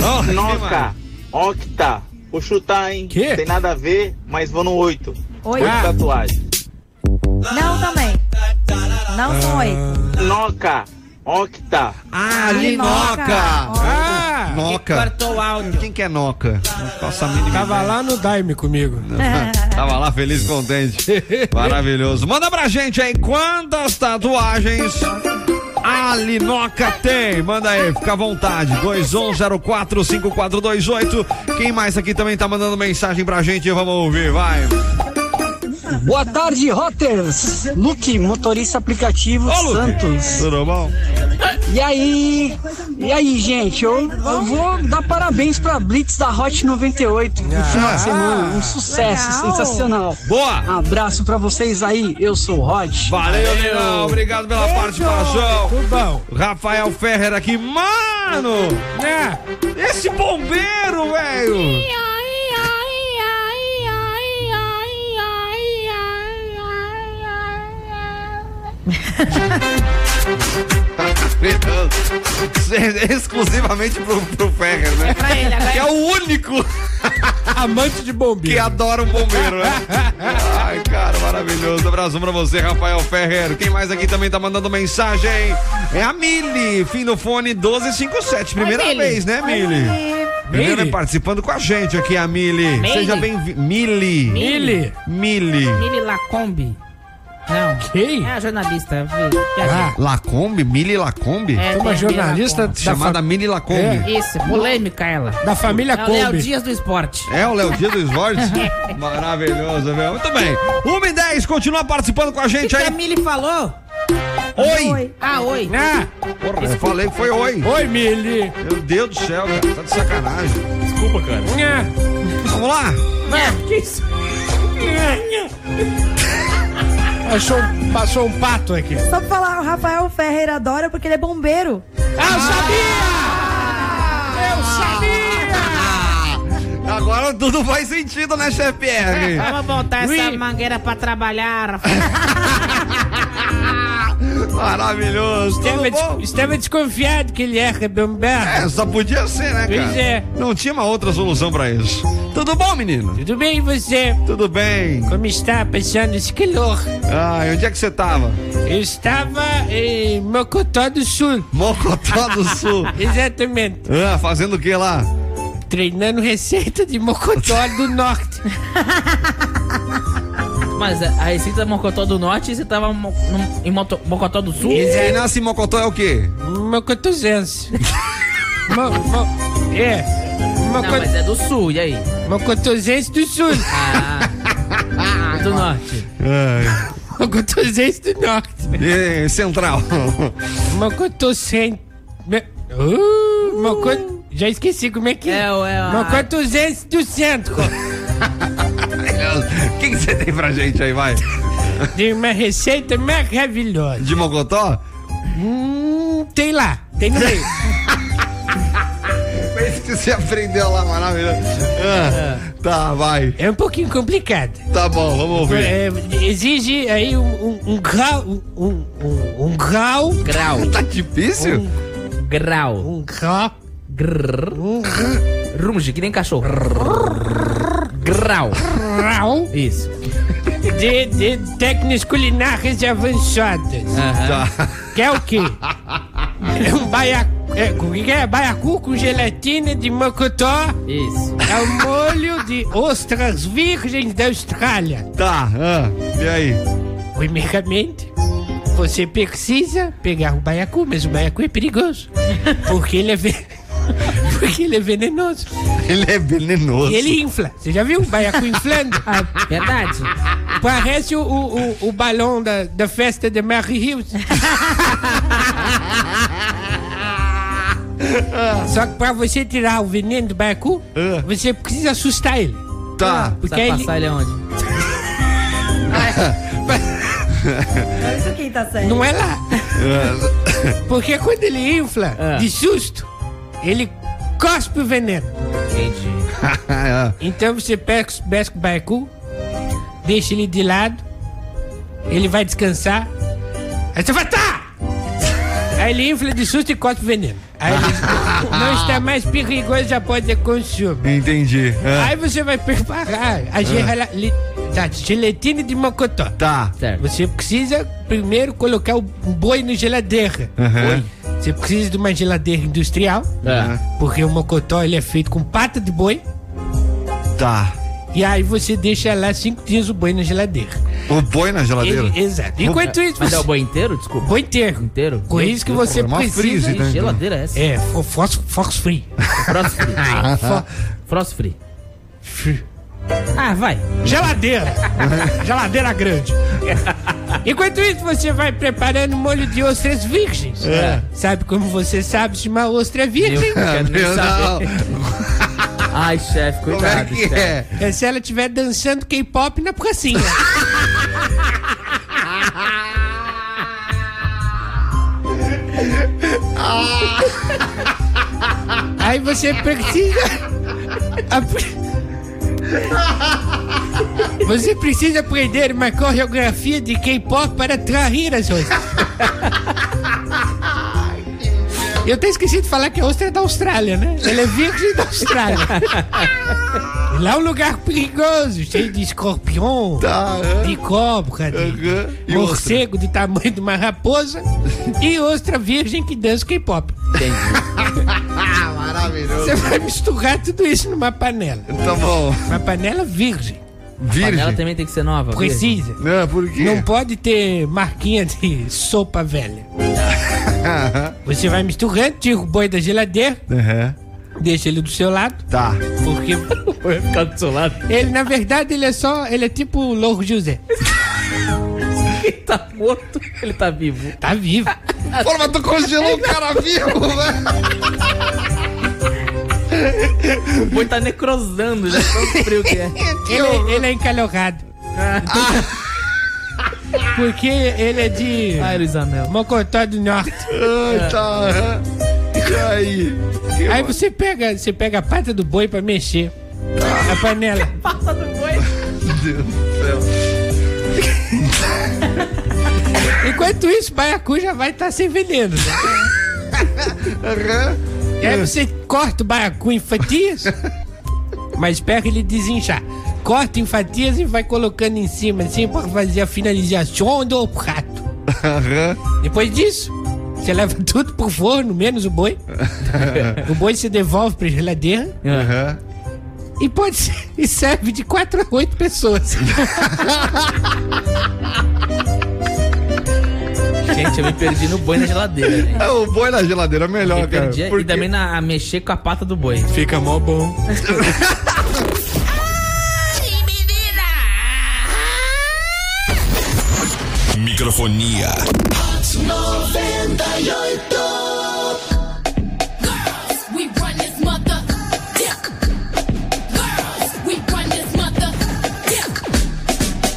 S3: Nossa,
S17: Noca, octa. Vou chutar, hein? Que? Tem nada a ver, mas vou no 8.
S6: Oito.
S17: Oito
S6: Ah.
S17: tatuagens.
S6: Não também. Não são oito.
S17: Noca, octa.
S3: Ah,
S6: Ah,
S3: Noca. Cortou o áudio. Quem que é Noca? Não faço a mínima
S15: Tava
S3: ideia.
S15: lá no Daime comigo.
S5: É.
S3: Tava lá feliz e contente. Maravilhoso. Manda pra gente aí quantas tatuagens a Linoca tem. Manda aí, fica à vontade. 21045428. Quem mais aqui também tá mandando mensagem pra gente? Vamos ouvir, vai.
S18: Boa tarde, Rotters. Luke, motorista aplicativo
S3: Ô, Luke.
S18: Santos.
S3: Tudo bom?
S18: E aí, e aí, gente, eu, eu vou dar parabéns pra Blitz da Hot 98 no final de semana. Um sucesso
S3: legal.
S18: sensacional.
S3: Ah.
S18: Um
S3: Boa!
S18: Abraço pra vocês aí, eu sou o Hot.
S3: Valeu, Leão. Obrigado pela participação.
S15: Tudo bom.
S3: Rafael Ferrer aqui, mano!
S15: É.
S3: Esse bombeiro, velho! Exclusivamente pro, pro Ferrer, né?
S4: pra ele agora.
S3: Que é o único
S15: amante de bombeiro
S3: que adora um bombeiro, né? Ai, cara, maravilhoso. Abraço pra você, Rafael Ferrer. Quem mais aqui também tá mandando mensagem? É a Mili, fim do fone 1257. Primeira
S16: Oi, Mili.
S3: vez, né, Mili? Primeira vez participando com a gente aqui, a Mili.
S4: Mili.
S3: Seja bem-vinda. Mili.
S4: Mili.
S3: Mili.
S4: Mili Lacombe. Não.
S15: Quem?
S4: É a jornalista. viu? é Viajei.
S3: Ah. Lacombe? Mili Lacombe?
S4: É,
S15: Uma
S4: tem
S15: jornalista É.
S4: Mili Lacombe.
S3: Chamada Mili Lacombe.
S4: Isso, polêmica ela.
S15: da família
S4: É o Léo
S15: Kombi.
S4: Dias do Esporte.
S3: É, o Léo Dias do Esporte? Maravilhoso, velho. Muito bem. 1 e 10, continua participando com a
S4: O que,
S3: gente
S4: que a
S3: aí.
S4: Mili falou?
S3: Oi!
S4: Ah, oi.
S15: Ah,
S3: Porra, eu falei que foi oi.
S15: oi, Mili.
S3: Meu Deus do céu, cara. Tá de sacanagem.
S17: Desculpa, cara.
S15: Ah,
S3: Vamos lá?
S4: É, que isso?
S15: Achou, passou um pato aqui.
S6: Só pra falar, o Rafael Ferreira adora porque ele é bombeiro.
S15: Ah, eu sabia! Eu sabia!
S3: Agora tudo faz sentido, né, chefe R?
S4: Vamos É, botar essa
S15: Ui.
S4: mangueira pra trabalhar, Rafael.
S3: Maravilhoso. Tudo bom?
S15: Estava desconfiado que ele era bombeiro.
S3: É, só podia ser, né, cara?
S15: Pois é.
S3: Não tinha uma outra solução pra isso. Tudo bom, menino?
S15: Tudo bem, e você?
S3: Tudo bem.
S15: Como está passando esse calor?
S3: Ah, e onde é que você tava?
S15: Eu estava em Mocotó do Sul,
S3: Mocotó do Sul.
S15: exatamente,
S3: Ah, fazendo o que lá?
S15: treinando receita de Mocotó do Norte.
S4: Mas a a receita da Mocotó do Norte, você tava mo- no- em Moto- Mocotó do Sul? Um
S3: Quem nasce em Mocotó é o quê?
S15: Mocotozense. Mo- mo- é,
S4: Não,
S15: Mocotó.
S4: mas é do Sul, e aí?
S15: Mocotozense do Sul.
S4: Ah, do Norte.
S15: Mocotozense do Norte.
S3: E, É central.
S15: Mocotocen... Me- Uh, Mocot... Já esqueci como é que
S4: É, é, a-
S15: Mocotozense do Centro.
S3: O que que você tem pra gente aí, vai?
S15: Tem uma receita maravilhosa.
S3: De Mocotó?
S15: Hum, tem lá, tem no meio.
S3: Foi isso que você aprendeu lá, maravilhoso. Ah, Tá, vai.
S15: É um pouquinho complicado.
S3: Tá bom, vamos ouvir.
S15: É, exige aí um, um- um grau. Um, um- um- um grau.
S4: Grau.
S3: Tá difícil?
S15: Um,
S4: Grau.
S15: um grau.
S4: Grrr.
S15: Um grau.
S4: Runge, que nem cachorro. Grau. Isso.
S15: De, de técnicas culinárias avançadas.
S4: Aham.
S3: Tá.
S15: Que é o quê? É um baiacu. É, como que é? Baiacu com gelatina de mocotó.
S4: Isso.
S15: É um molho de ostras virgens da Austrália.
S3: Tá, ah, e aí?
S15: Primeiramente, você precisa pegar o baiacu, mas o baiacu é perigoso. Porque ele é, ve- Porque ele é venenoso.
S10: Ele é venenoso.
S15: Ele infla. Você já viu o baiacu inflando?
S8: Ah, Verdade.
S15: Parece o, o, o, o balão da, da festa de Mary Hills. Só que pra você tirar o veneno do baiacu, você precisa assustar ele.
S10: Tá.
S15: Porque aí ele...
S8: passar ele aonde?
S6: É isso quem tá certo.
S15: Não é lá. Porque quando ele infla, de susto, ele cospe o veneno. Então você pega o pesca o baiacu, deixa ele de lado, ele vai descansar. Aí você vai, tá! Aí ele infla de susto e cospe o veneno. Aí ele não está mais perigoso após o consumo.
S10: Entendi. Ah.
S15: Aí você vai preparar a
S10: É.
S15: gela- li- tá, gelatina de mocotó.
S10: Tá.
S15: Você precisa primeiro colocar o boi na geladeira.
S10: Aham.
S15: Você precisa de uma geladeira industrial,
S3: ah.
S10: Aham.
S15: porque o mocotó ele é feito com pata de boi.
S10: Tá.
S15: E aí você deixa lá cinco dias o boi na geladeira.
S10: O boi na geladeira?
S15: Ele- exato. Enquanto isso,
S8: Mas é o
S15: você-
S8: boi inteiro? Desculpa.
S15: Boi inteiro.
S8: Inteiro?
S15: Com isso que você precisa.
S8: Que geladeira é essa?
S15: tá É, fo- fos- fox free.
S8: Frost free.
S15: Ah.
S8: Frost free. Ah, vai.
S15: Geladeira. Geladeira grande. Enquanto isso, você vai preparando molho de ostras virgens.
S9: É.
S15: Sabe como você sabe se uma ostra é virgem?
S8: Eu quero nem Meu, saber. Ai, chefe,
S15: Como
S8: cuidado.
S15: é que
S8: chefe.
S15: é? É se ela estiver dançando K-pop é na pracinha. Aí você precisa. apre- Você precisa aprender uma coreografia de K-pop para atrair as ostras. Eu até esqueci de falar que a ostra é da Austrália, né? Ela é virgem da Austrália. Lá é um lugar perigoso, cheio de escorpião, de cobra, de
S9: E
S15: morcego do tamanho de uma raposa e ostra virgem que dança K-pop.
S9: Maravilhoso.
S15: Você vai misturar tudo isso numa panela.
S10: Tá bom.
S15: Uma panela virgem.
S10: Virgem.
S8: Ela também tem que ser nova. virgem.
S15: Precisa.
S10: Não, por quê?
S15: Não pode ter marquinha de sopa velha. Você vai misturando, tira o boi da geladeira, deixa ele do seu lado.
S10: Tá.
S15: Porque o boi vai ficar do seu lado. Ele, na verdade, ele é só. Ele é tipo o Louro José.
S8: ele tá morto, ele tá vivo.
S15: Tá vivo.
S10: Porra, mas tu congelou o cara vivo,
S8: velho. O boi tá necrosando, já tão frio que é.
S15: Ele, ele é encalhocado. Porque ele é de.
S8: Ai, Luiz Amel.
S15: Mocotó do Norte.
S8: Ah, tá.
S10: Aí.
S15: Aí você pega, você pega a pata do boi pra mexer. A panela.
S8: Passa do boi.
S10: Meu Deus do céu.
S15: Enquanto isso, o baiacu já vai estar sem veneno. né? E aí você corta o baiacu em fatias, mas pega ele desinchar. Corta em fatias e vai colocando em cima, assim, pra fazer a finalização do prato. Depois disso, você leva tudo pro forno, menos o boi. o boi você devolve pra geladeira. E pode ser- e serve de 4 a 8 pessoas.
S8: Gente, eu me perdi no boi na geladeira, né?
S10: É, o boi na geladeira é melhor,
S8: Me perdi
S10: cara.
S8: e também na, a mexer com a pata do boi.
S15: Fica mó bom.
S3: Microfonia.
S9: Hot 98. Girls, we run this mother. Yeah. Girls, we run this mother. Yeah.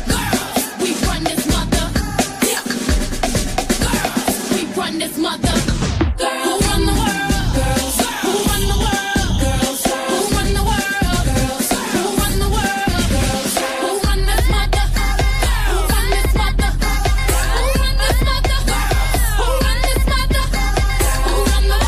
S9: Girls, we run this mother. Yeah. Girls, we run this mother. Girls, who run the world? Girls, who run the world? Girls, who run the world? Girls, who run the world? Girls, who run this mother? Who run this mother? Who run this mother? Who run this mother?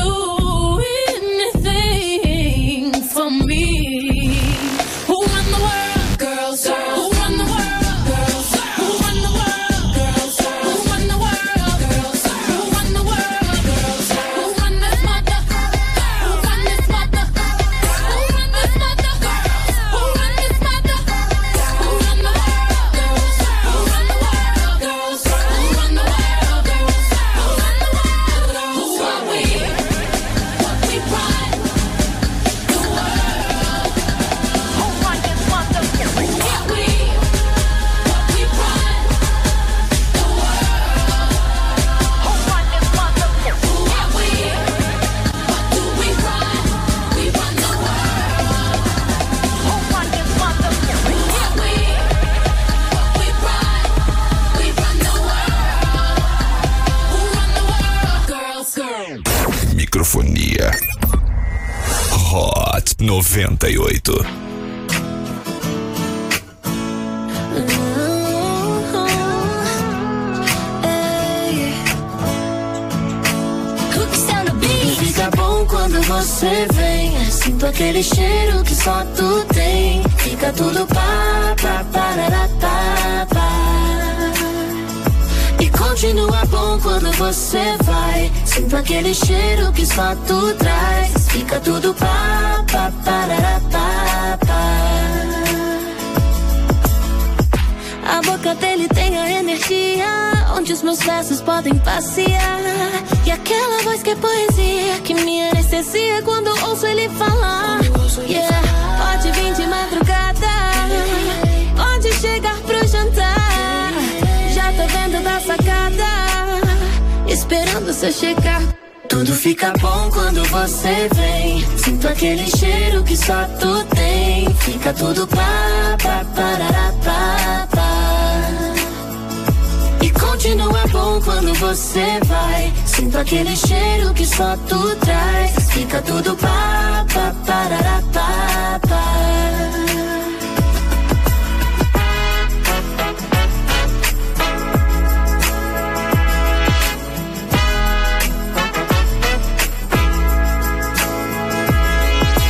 S9: Oh,
S7: Microfonia. Hot 98.
S10: E fica bom quando você vem. Sinto aquele cheiro que só tu tem. Fica tudo pá, pá, parará, pá, pá. E continua bom quando você vai. Sinto aquele cheiro que só tu traz. Fica tudo pá, pá, parará, pá, pá. A boca dele tem a energia Onde os meus versos podem passear E aquela voz que é poesia Que me anestesia quando ouço ele falar Yeah, pode vir de madrugada Pode chegar pro jantar Já tô vendo da sacada Esperando você chegar tudo fica bom quando você vem. Sinto aquele cheiro que só tu tem. Fica tudo pá, pá, parará, pá, pá. E continua bom quando você vai. Sinto aquele cheiro que só tu traz. Fica tudo pá, pá, parará, pá, pá.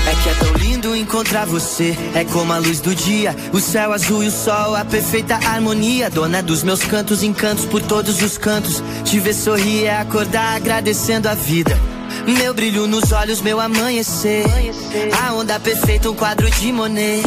S19: É que é tão lindo encontrar você, é como a luz do dia, o céu azul e o sol, a perfeita harmonia, dona dos meus cantos, encantos por todos os cantos. Te ver sorrir é acordar agradecendo a vida. Meu brilho nos olhos, meu amanhecer. A onda perfeita, um quadro de Monet.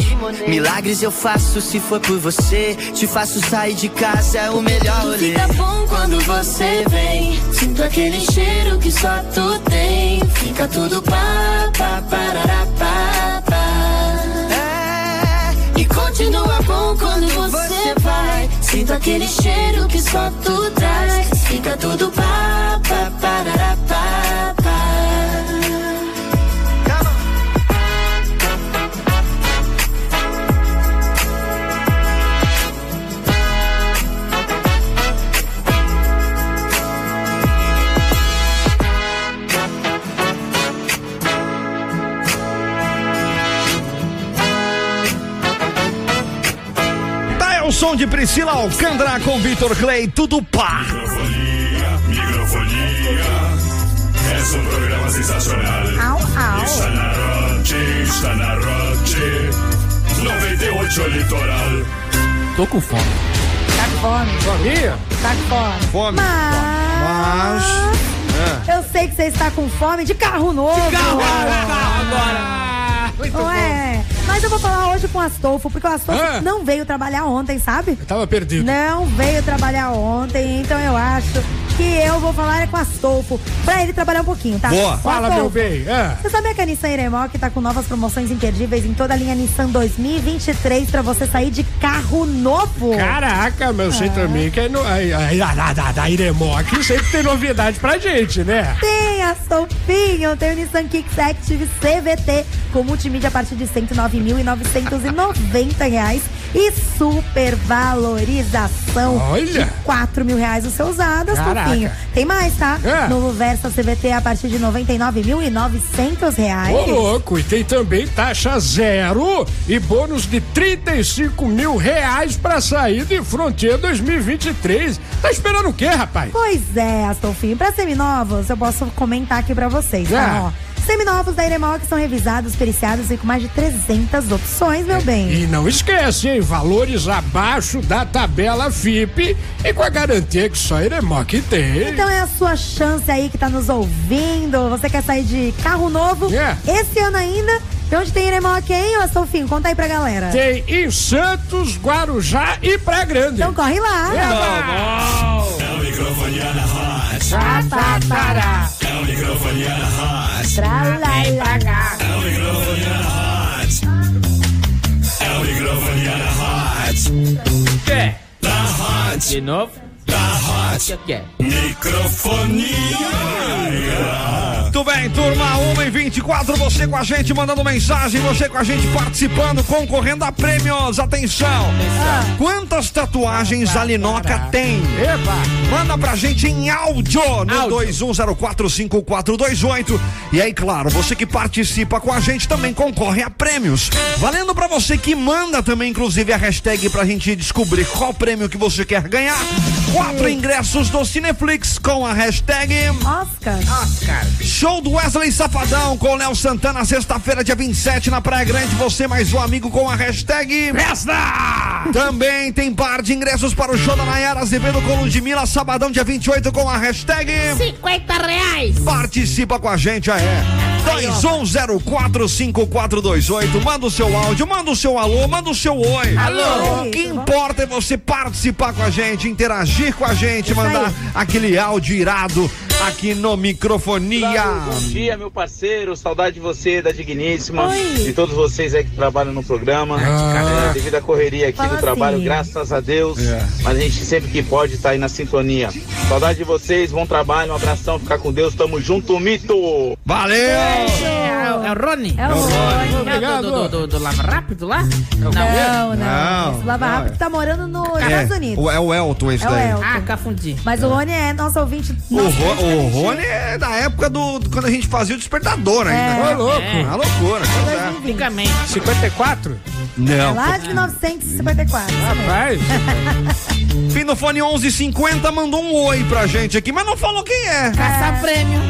S19: Milagres eu faço se for por você. Te faço sair de casa, é o melhor
S10: Tudo
S19: olhar.
S10: fica bom quando você vem. Sinto aquele cheiro que só tu tem. Fica tudo pá, pá, parará, pá, pá. E continua bom quando você vai. Sinto aquele cheiro que só tu traz. Fica tudo pá, pá, parará, pá, pá.
S3: Tá, é o som de Priscila Alcântara com Vitor Clay, tudo pá.
S7: Microfonia, microfonia. Es un programa sensacional.
S6: Au, au.
S7: Está na Roche, está na Roche.
S10: é
S7: 98 Litoral.
S8: Tô com fome.
S6: Tá com fome.
S5: Fominha?
S6: Tá com fome.
S3: Fome.
S6: Mas... Eu sei que você está com fome de carro novo. De carro,
S9: agora.
S6: Muito Ué, mas eu vou falar hoje com o Astolfo, porque o Astolfo
S5: Ah.
S6: não veio trabalhar ontem, sabe? Eu
S5: tava perdido.
S6: Não veio trabalhar ontem, então eu acho que eu vou falar é com o Astolfo, pra ele trabalhar um pouquinho, tá?
S5: Boa.
S6: Ô,
S5: Fala,
S6: Astolfo,
S5: meu bem. Ah.
S6: Você sabia que a Nissan Iremoc tá com novas promoções imperdíveis em toda a linha Nissan 2023 pra você sair de carro novo?
S5: Caraca, mas eu sei também que é no, a, a, a, a Iremó aqui sempre tem novidade pra gente, né?
S6: Tem a Sofinho, tem o Nissan Kicks Active CVT com multimídia a partir de R$ 109.990 reais e supervalorização de
S5: Olha!
S6: 4 mil reais o seu usado,
S5: Caraca.
S6: Sofinho. Tem mais, tá?
S5: É.
S6: Novo Versa CVT a partir de R$ 99.900 reais.
S5: Ô, louco, e tem também taxa zero e bônus de 35 mil reais pra sair de Frontier 2023. Tá esperando o quê, rapaz?
S6: Pois é, Astolfinho. Pra seminovos, eu posso comentar aqui pra vocês,
S5: É.
S6: tá? Ó, seminovos da Iremoc são revisados, periciados e com mais de 300 opções, meu bem.
S5: E não esquece, hein? Valores abaixo da tabela FIP e com a garantia que só a Iremó que tem.
S6: Então é a sua chance aí que tá nos ouvindo. Você quer sair de carro novo
S5: É.
S6: esse ano ainda? Então onde tem Iremoc, hein, ô Sofinho? Conta aí pra galera.
S5: Tem em Santos, Guarujá e Praia Grande. Então
S6: corre lá.
S7: É o microfonia na Hot.
S20: Tá,
S7: É o microfonia na Hot. É o microfonia na Hot. É o microfonia na Hot.
S20: Que?
S7: Na Hot.
S20: De novo?
S7: Na Hot.
S20: O que é?
S7: Microfonia.
S3: Muito Muito bem, turma, 1 e 24 você com a gente mandando mensagem, você com a gente participando, concorrendo a prêmios. Atenção! Quantas tatuagens a Linoca tem? Manda pra gente em áudio no 21045428. E aí, claro, você que participa com a gente também concorre a prêmios. Valendo pra você que manda também, inclusive, a hashtag pra gente descobrir qual prêmio que você quer ganhar. Quatro ingressos do Cineflix com a hashtag Ah,
S6: Oscar.
S4: Oscar.
S3: Show do Wesley Safadão com Léo Santana, sexta-feira, dia 27, na Praia Grande. Você mais um amigo com a hashtag Festa! Também tem par de ingressos para o show da Nayara Azevedo com Ludmilla, sabadão, dia 28, com a hashtag
S4: 50 reais.
S3: Participa com a gente, ah, é. 21045428. Manda o seu áudio, manda o seu alô, manda o seu oi.
S9: Alô.
S3: O que importa é você participar com a gente, interagir com a gente, mandar aquele áudio irado aqui no microfonia.
S21: Bom dia, meu parceiro. Saudade de você, da digníssima. De todos vocês aí que trabalham no programa. É, devido à correria aqui do trabalho,
S3: assim.
S21: graças a Deus.
S3: É.
S21: Mas a gente sempre que pode tá aí na sintonia. Saudade de vocês, bom trabalho, um abração, ficar com Deus. Tamo junto, mito!
S3: Valeu!
S4: É, o- é o Rony? É o
S6: Rony.
S4: Obrigado. Do, do, do, do Lava Rápido lá? Não,
S6: Não, não.
S3: Não.
S6: Esse Lava Rápido tá morando nos Estados
S3: É,
S6: Unidos.
S3: o- é o Elton esse
S6: É o
S3: daí.
S6: Elton.
S4: Ah, cafundi.
S6: Mas o Rony é nosso ouvinte.
S3: O,
S6: nosso
S3: Ro-
S6: ouvinte
S3: o
S6: antigo.
S3: Rony é da época do do- quando a gente fazia o despertador ainda.
S6: É. Ô, louco.
S3: É uma loucura. pois é.
S4: Antigamente.
S5: 54?
S3: Não.
S6: É Lá de 1954.
S5: Rapaz.
S3: Fim no fone 1150 mandou um oi pra gente aqui, mas não falou quem é.
S4: Caçar prêmio.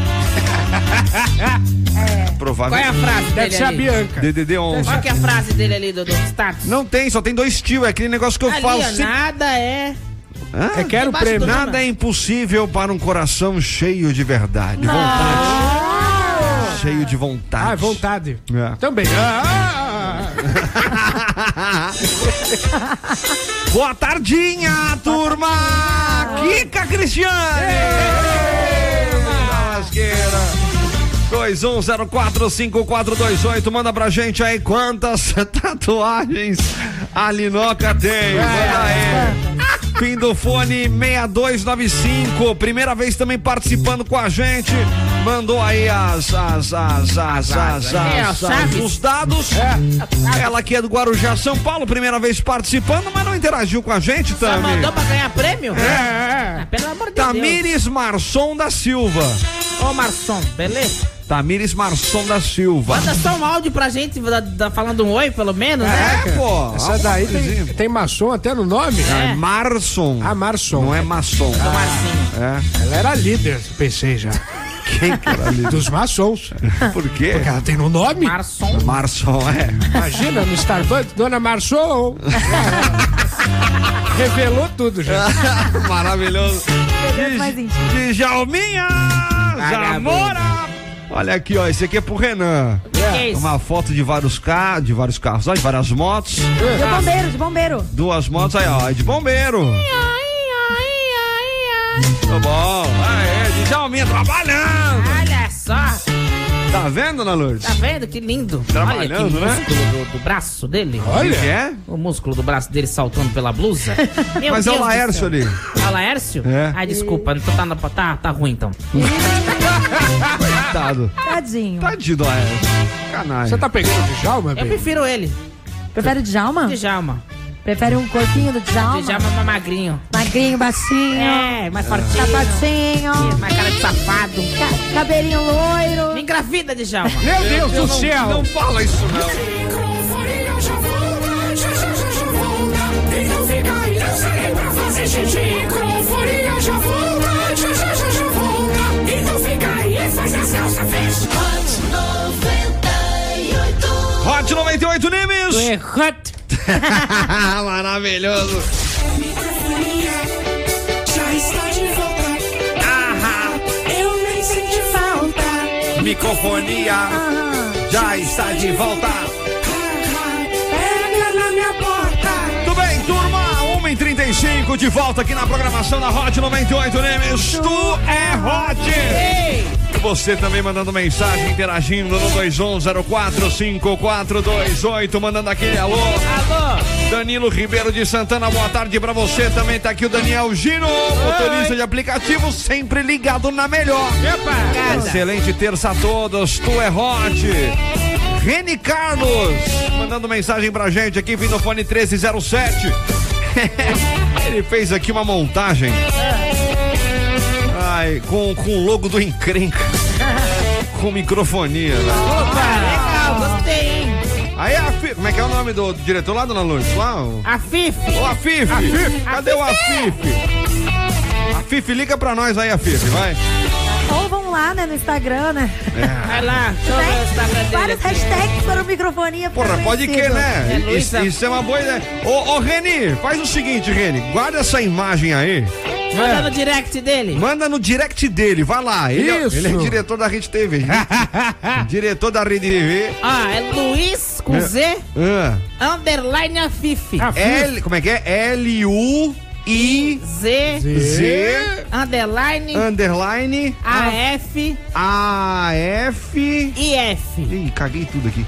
S4: Qual é
S3: Provavelmente.
S4: a frase dele ali?
S3: DDD 11.
S4: Qual que é a frase dele ali, Dodô? Status.
S3: Não tem, só tem dois tio, é aquele negócio que eu
S4: ali,
S3: falo
S4: ó,
S3: sempre.
S4: nada é...
S3: Hã?
S4: Eu quero Debaixo prêmio. do
S3: Nada
S4: lama.
S3: é impossível para um coração cheio de verdade. Vontade. Cheio de vontade.
S5: Ah, vontade.
S3: É.
S5: Também. Ah,
S3: Boa tardinha, turma! Kika Cristiane! Da lasqueira. 21045428, manda pra gente aí quantas tatuagens a Linoca
S4: É.
S3: tem. Manda aí. Fim do fone 6295, primeira vez também participando com a gente. Mandou aí as, as, as, as, as,
S9: É,
S3: as, as,
S9: Chaves.
S3: os dados. Ela que é do Guarujá, São Paulo, primeira vez participando, mas não interagiu com a gente,
S4: Só
S3: Tami.
S4: mandou pra ganhar prêmio?
S3: É.
S4: Ah, pelo amor de Deus.
S3: Tamires Marçom da Silva.
S4: Ô, Marçom, beleza?
S3: Tamires Marçom da Silva.
S4: Manda só um áudio pra gente, da, da- falando um oi, pelo menos, né?
S3: É, pô.
S5: Essa daí tem, tem maçom até no nome?
S3: É, Marçom.
S5: Ah, Marçom.
S3: Não é maçom. É.
S5: Ela era líder, pensei já.
S3: Quem que era ali?
S5: Dos maçons.
S3: Por quê?
S5: Porque ela Ah, tem no nome?
S4: Marçom.
S3: Marçom, é.
S5: Imagina, no Starbucks, Dona Marçom. Revelou tudo já.
S3: Maravilhoso.
S6: mais
S3: De, Djalminha Zamora. Olha aqui, ó. Esse aqui é pro Renan.
S4: Que é isso?
S3: Uma foto de vários carros, de vários carros, ó, de várias motos.
S6: De
S5: É.
S6: bombeiro, de bombeiro.
S3: Duas motos aí, ó. É de bombeiro. Tá bom. Aê, Djalminha
S5: Ah,
S3: trabalhando.
S4: Olha só,
S3: Tá vendo, Ana Lourdes?
S4: tá vendo que lindo?
S3: Trabalhando,
S4: Olha
S3: né?
S4: que músculo do, do braço dele.
S3: Olha. Que é?
S4: O músculo do braço dele saltando pela blusa. Meu
S3: Mas é
S4: Deus
S3: o
S4: do
S3: Laércio
S4: céu.
S3: ali.
S4: É o Laércio?
S3: É.
S4: Ah, desculpa, então tá, na- tá, tá ruim então.
S3: Coitado.
S6: Tadinho.
S3: Tadinho do Laércio. Canalha.
S5: Você tá pegando de Djalma,
S4: Eu
S5: bem?
S4: prefiro ele.
S6: Prefere o Djalma?
S4: Djalma.
S6: Prefere um corpinho do Djalma?
S4: Djalma mais magrinho.
S6: Magrinho, baixinho.
S4: É, mais fortinho.
S6: Sapatinho.
S4: Mais cara de safado.
S6: Tá ca- cabelinho loiro.
S4: Me engravida, Djalma.
S5: Meu Deus do céu.
S3: Não fala isso, não.
S9: Microfonia já volta, já já já já volta. E não fica aí, não sai pra fazer xixi. Microfonia já volta, já já já já volta. E não fica aí, faz a salsa, fez.
S3: Hot 98 Nimes.
S4: É hot.
S3: Maravilhoso.
S9: Já está de volta. Eu nem senti falta.
S3: Microfonia já está de volta.
S9: Pega É na minha porta.
S3: Tudo bem, turma? 1h35 de volta aqui na programação da Hot 98 Nimes. Tu é Hot. Você também mandando mensagem, interagindo no 21045428, mandando aquele alô. Alô! Danilo Ribeiro de Santana, boa tarde pra você. Também tá aqui o Daniel Gino, motorista de aplicativo, sempre ligado na melhor.
S9: Epa!
S3: Tá. Excelente terça a todos, tu é hot. Reni Carlos, mandando mensagem pra gente aqui, vindo fone 1307. Ele fez aqui uma montagem.
S10: É.
S3: Ai, com, com o logo do encrenca. Com microfonia. né?
S4: Opa, legal, gostei, hein?
S3: Aí a Fi- Como é que é o nome do, do diretor lá, dona Lourdes? Lá, o...
S4: A FIF.
S3: Ô, a Fife! Cadê o Afif? A Fife, liga pra nós aí, a Fife, vai.
S6: Ou vão lá, né, no Instagram, né?
S4: Vai lá, deixa eu ver o Instagram dele
S6: Várias
S4: aqui.
S6: hashtags foram microfonia.
S3: Porra, pode que,
S6: conhecido.
S3: né? isso, isso é uma boa ideia. Ô, ô, Reni, faz o seguinte, Reni. Guarda essa imagem aí.
S4: Manda no direct dele.
S3: Manda no direct dele, vai lá. Ele, é-
S4: Isso.
S3: ele é diretor da Rede TV. diretor da Rede TV.
S4: Ah, é Luiz com Z,
S3: Ah.
S4: underline a FIF.
S3: L, como é que é? L-U-I...
S4: Z,
S3: Z.
S4: underline,
S3: Underline.
S4: AF,
S3: A-F...
S4: IF.
S3: Ih, caguei tudo aqui.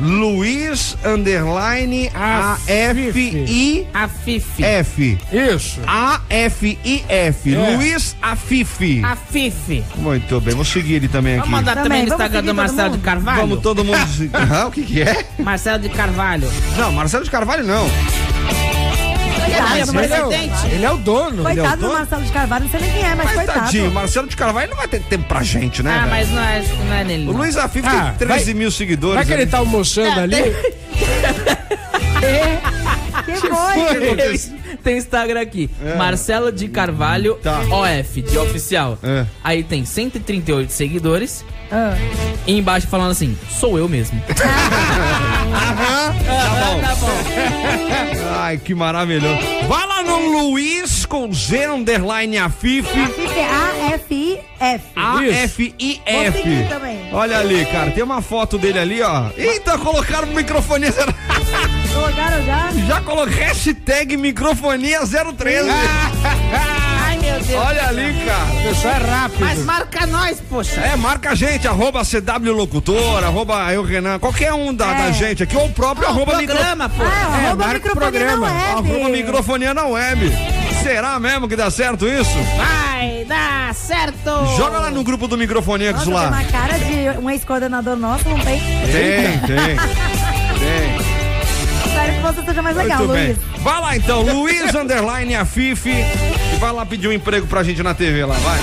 S3: Luiz, underline, A-F-I...
S4: Afif.
S3: F.
S5: Isso.
S3: A-F-I-F.
S5: É.
S3: Luiz Afife.
S4: Afife.
S3: Muito bem, vou seguir ele também aqui.
S4: Vamos mandar também, no
S3: vamos
S4: Instagram
S3: seguir
S4: do
S3: todo
S4: Marcelo
S3: mundo.
S4: de Carvalho.
S3: Vamos todo mundo. se- Ah, o que que é?
S4: Marcelo de Carvalho.
S3: Não, Marcelo de Carvalho não.
S6: Coitado,
S3: Ele é o-
S5: ele é o dono.
S6: Coitado do Marcelo de Carvalho, não sei nem quem é, mas, coitado.
S3: Tadinho, Marcelo de Carvalho não vai ter tempo pra gente, né?
S4: Ah,
S3: velho?
S4: mas não é, não é nele.
S3: O
S4: não.
S3: Luiz Afif
S5: Ah,
S3: tem 13 mil seguidores.
S5: Vai que ele
S3: né?
S5: tá almoçando ali?
S6: Que
S4: Tem- Tem Instagram aqui.
S3: É.
S4: Marcelo de Carvalho,
S3: Tá.
S4: OF, de oficial.
S3: É.
S4: Aí tem 138 seguidores. E embaixo falando assim, sou eu mesmo. Ah,
S3: Tá bom. Ai, que maravilhoso. Vai lá no Luiz com Z underline Afif.
S6: Fica A-F-I-F. Vou
S3: A-F-I-F.
S6: seguir também.
S3: Olha ali, cara, tem uma foto dele ali, ó. Eita, Então, colocaram microfonia.
S6: Colocaram já?
S3: Já coloquei hashtag microfonia 013.
S5: Ah.
S4: Ai, meu Deus.
S3: Olha ali, cara.
S5: Isso é rápido.
S4: Mas marca nós, poxa.
S3: É, marca a gente, arroba CW Locutor, arroba eu, Renan, qualquer um da, da gente aqui, ou o próprio
S4: Ah, o
S3: arroba
S4: programa, pô.
S3: micro...
S4: Ah,
S6: É. arroba
S5: É,
S6: microfonia na web.
S3: Arroba microfonia na web. Será mesmo que dá certo isso?
S4: Vai dar certo.
S3: Joga lá no grupo do Microfoníacos
S6: Nossa, tem
S3: lá.
S6: uma cara de um ex-coordenador nosso, não tem?
S3: Tem, tem. Tem.
S6: Espero que você seja mais legal,
S3: Muito bem.
S6: Luiz.
S3: Vai lá então, Luiz Underline é a Fife. E vai lá pedir um emprego pra gente na TV lá, vai.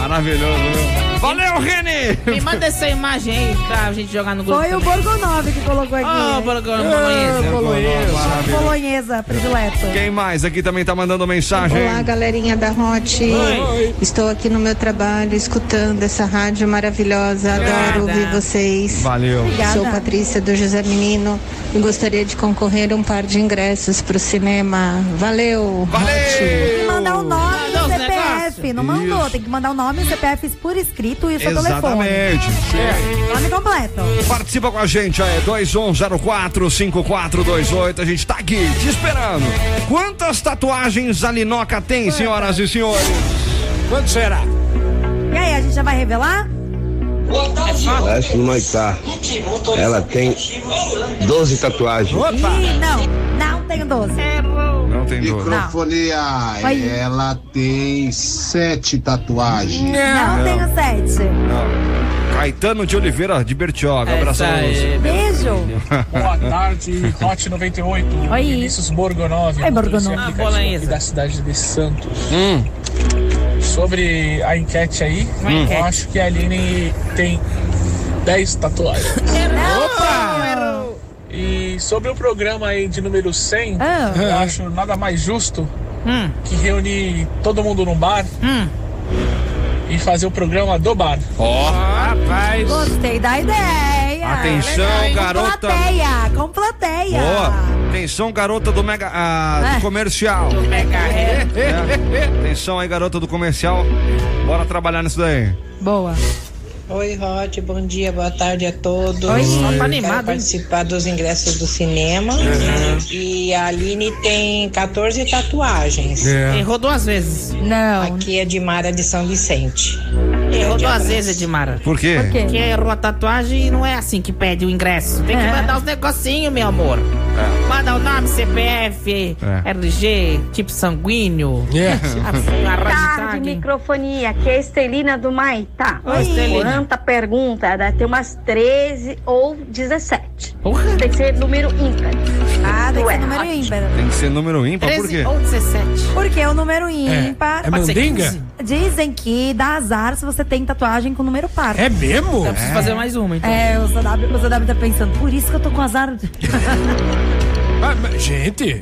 S3: Maravilhoso, viu? Valeu, Renê!
S4: Me manda essa imagem aí pra gente jogar no grupo.
S6: Foi o Borgonov que colocou aqui.
S4: Ô, Borgonov,
S3: É,
S4: Bolonhesa.
S3: Maravilhoso.
S6: Bolonhesa, predileto.
S3: Quem mais aqui também tá mandando mensagem?
S20: Olá, galerinha da Hot. Estou aqui no meu trabalho escutando essa rádio maravilhosa. Adoro ouvir vocês.
S3: Valeu. Obrigada.
S20: Sou Patrícia do José Menino e gostaria de concorrer a um par de ingressos para o cinema. Valeu.
S6: Tem que mandar o nome
S4: Mandou
S6: do
S4: os
S6: CPF.
S4: negócios?
S6: Não mandou,
S3: Isso.
S6: tem que mandar o nome e o CPF por escrito e o seu telefone.
S3: Exatamente.
S6: Nome completo.
S3: Participa com a gente é aí, 21045428. A gente tá aqui te esperando. Quantas tatuagens a Linoca tem, senhoras e senhores?
S5: Quanto será?
S6: E aí, a gente já vai revelar?
S22: Leste do Maitá. tá. Ela tem 12 tatuagens.
S6: Ih, não. Não tenho 12.
S3: Não tem dúvida.
S23: Microfonia,
S6: Oi.
S23: ela tem sete tatuagens.
S6: Não,
S3: Não.
S6: tenho 7.
S3: Não. Caetano de Oliveira de Bertioga.
S8: É
S3: Abração
S8: isso
S3: a
S8: aí,
S3: você.
S8: meu
S6: Beijo.
S8: Boa tarde, Hot 98.
S6: Oi.
S8: Vinícius Borgonov.
S6: Oi, Borgonov.
S8: motorista
S6: Ah,
S8: aplicativo
S6: bolonhesa.
S8: aqui da cidade de Santos.
S4: Hum.
S8: Sobre a enquete aí,
S6: Uma
S8: eu
S6: enquete.
S8: acho que a Aline tem 10 tatuagens.
S6: Opa!
S8: E sobre o programa aí de número 100, eu acho nada mais justo que reunir todo mundo num bar e fazer o programa do bar.
S3: Ó.
S6: Ah,
S8: rapaz!
S6: Gostei da ideia.
S3: Atenção, garota.
S6: Com plateia, com plateia.
S3: Boa. Atenção, garota do mega ah, do comercial. É. Atenção aí, garota do comercial. Bora trabalhar nisso daí.
S6: Boa.
S15: Oi, Rod, bom dia, boa tarde a todos.
S3: Oi, só tá
S15: Quero
S3: animado, hein?
S15: participar dos ingressos do cinema.
S3: Uhum.
S15: E a Aline tem 14 tatuagens.
S4: Errou duas vezes.
S6: Não.
S15: Aqui é de Mara de São Vicente.
S24: Errou duas vezes, Edmara.
S3: Por quê? Por quê?
S24: Porque errou a tatuagem e não é assim que pede o ingresso. Tem
S3: É.
S24: que mandar os negocinhos, meu amor. Manda o nome, CPF,
S9: É.
S24: RG, tipo sanguíneo.
S15: Ah,
S3: Tá
S24: a- a
S25: Tarde,
S24: hashtag.
S25: microfonia, aqui é a Estelina do Maitá.
S24: Oi, Estelina.
S25: Quanta pergunta, deve ter umas 13 ou 17. Tem que ser número ímpar. Ah,
S6: tem que ser número ímpar.
S3: Tem que ser número ímpar, por quê?
S25: 17.
S6: Porque é o número ímpar.
S3: é Pode ser mandinga? 15.
S6: Dizem que dá azar se você tem tatuagem com número par.
S5: É mesmo? Então eu preciso É. fazer
S4: mais uma,
S5: então.
S6: É, o CW, o CW tá pensando, por isso que eu tô com azar.
S5: Ah, mas, gente,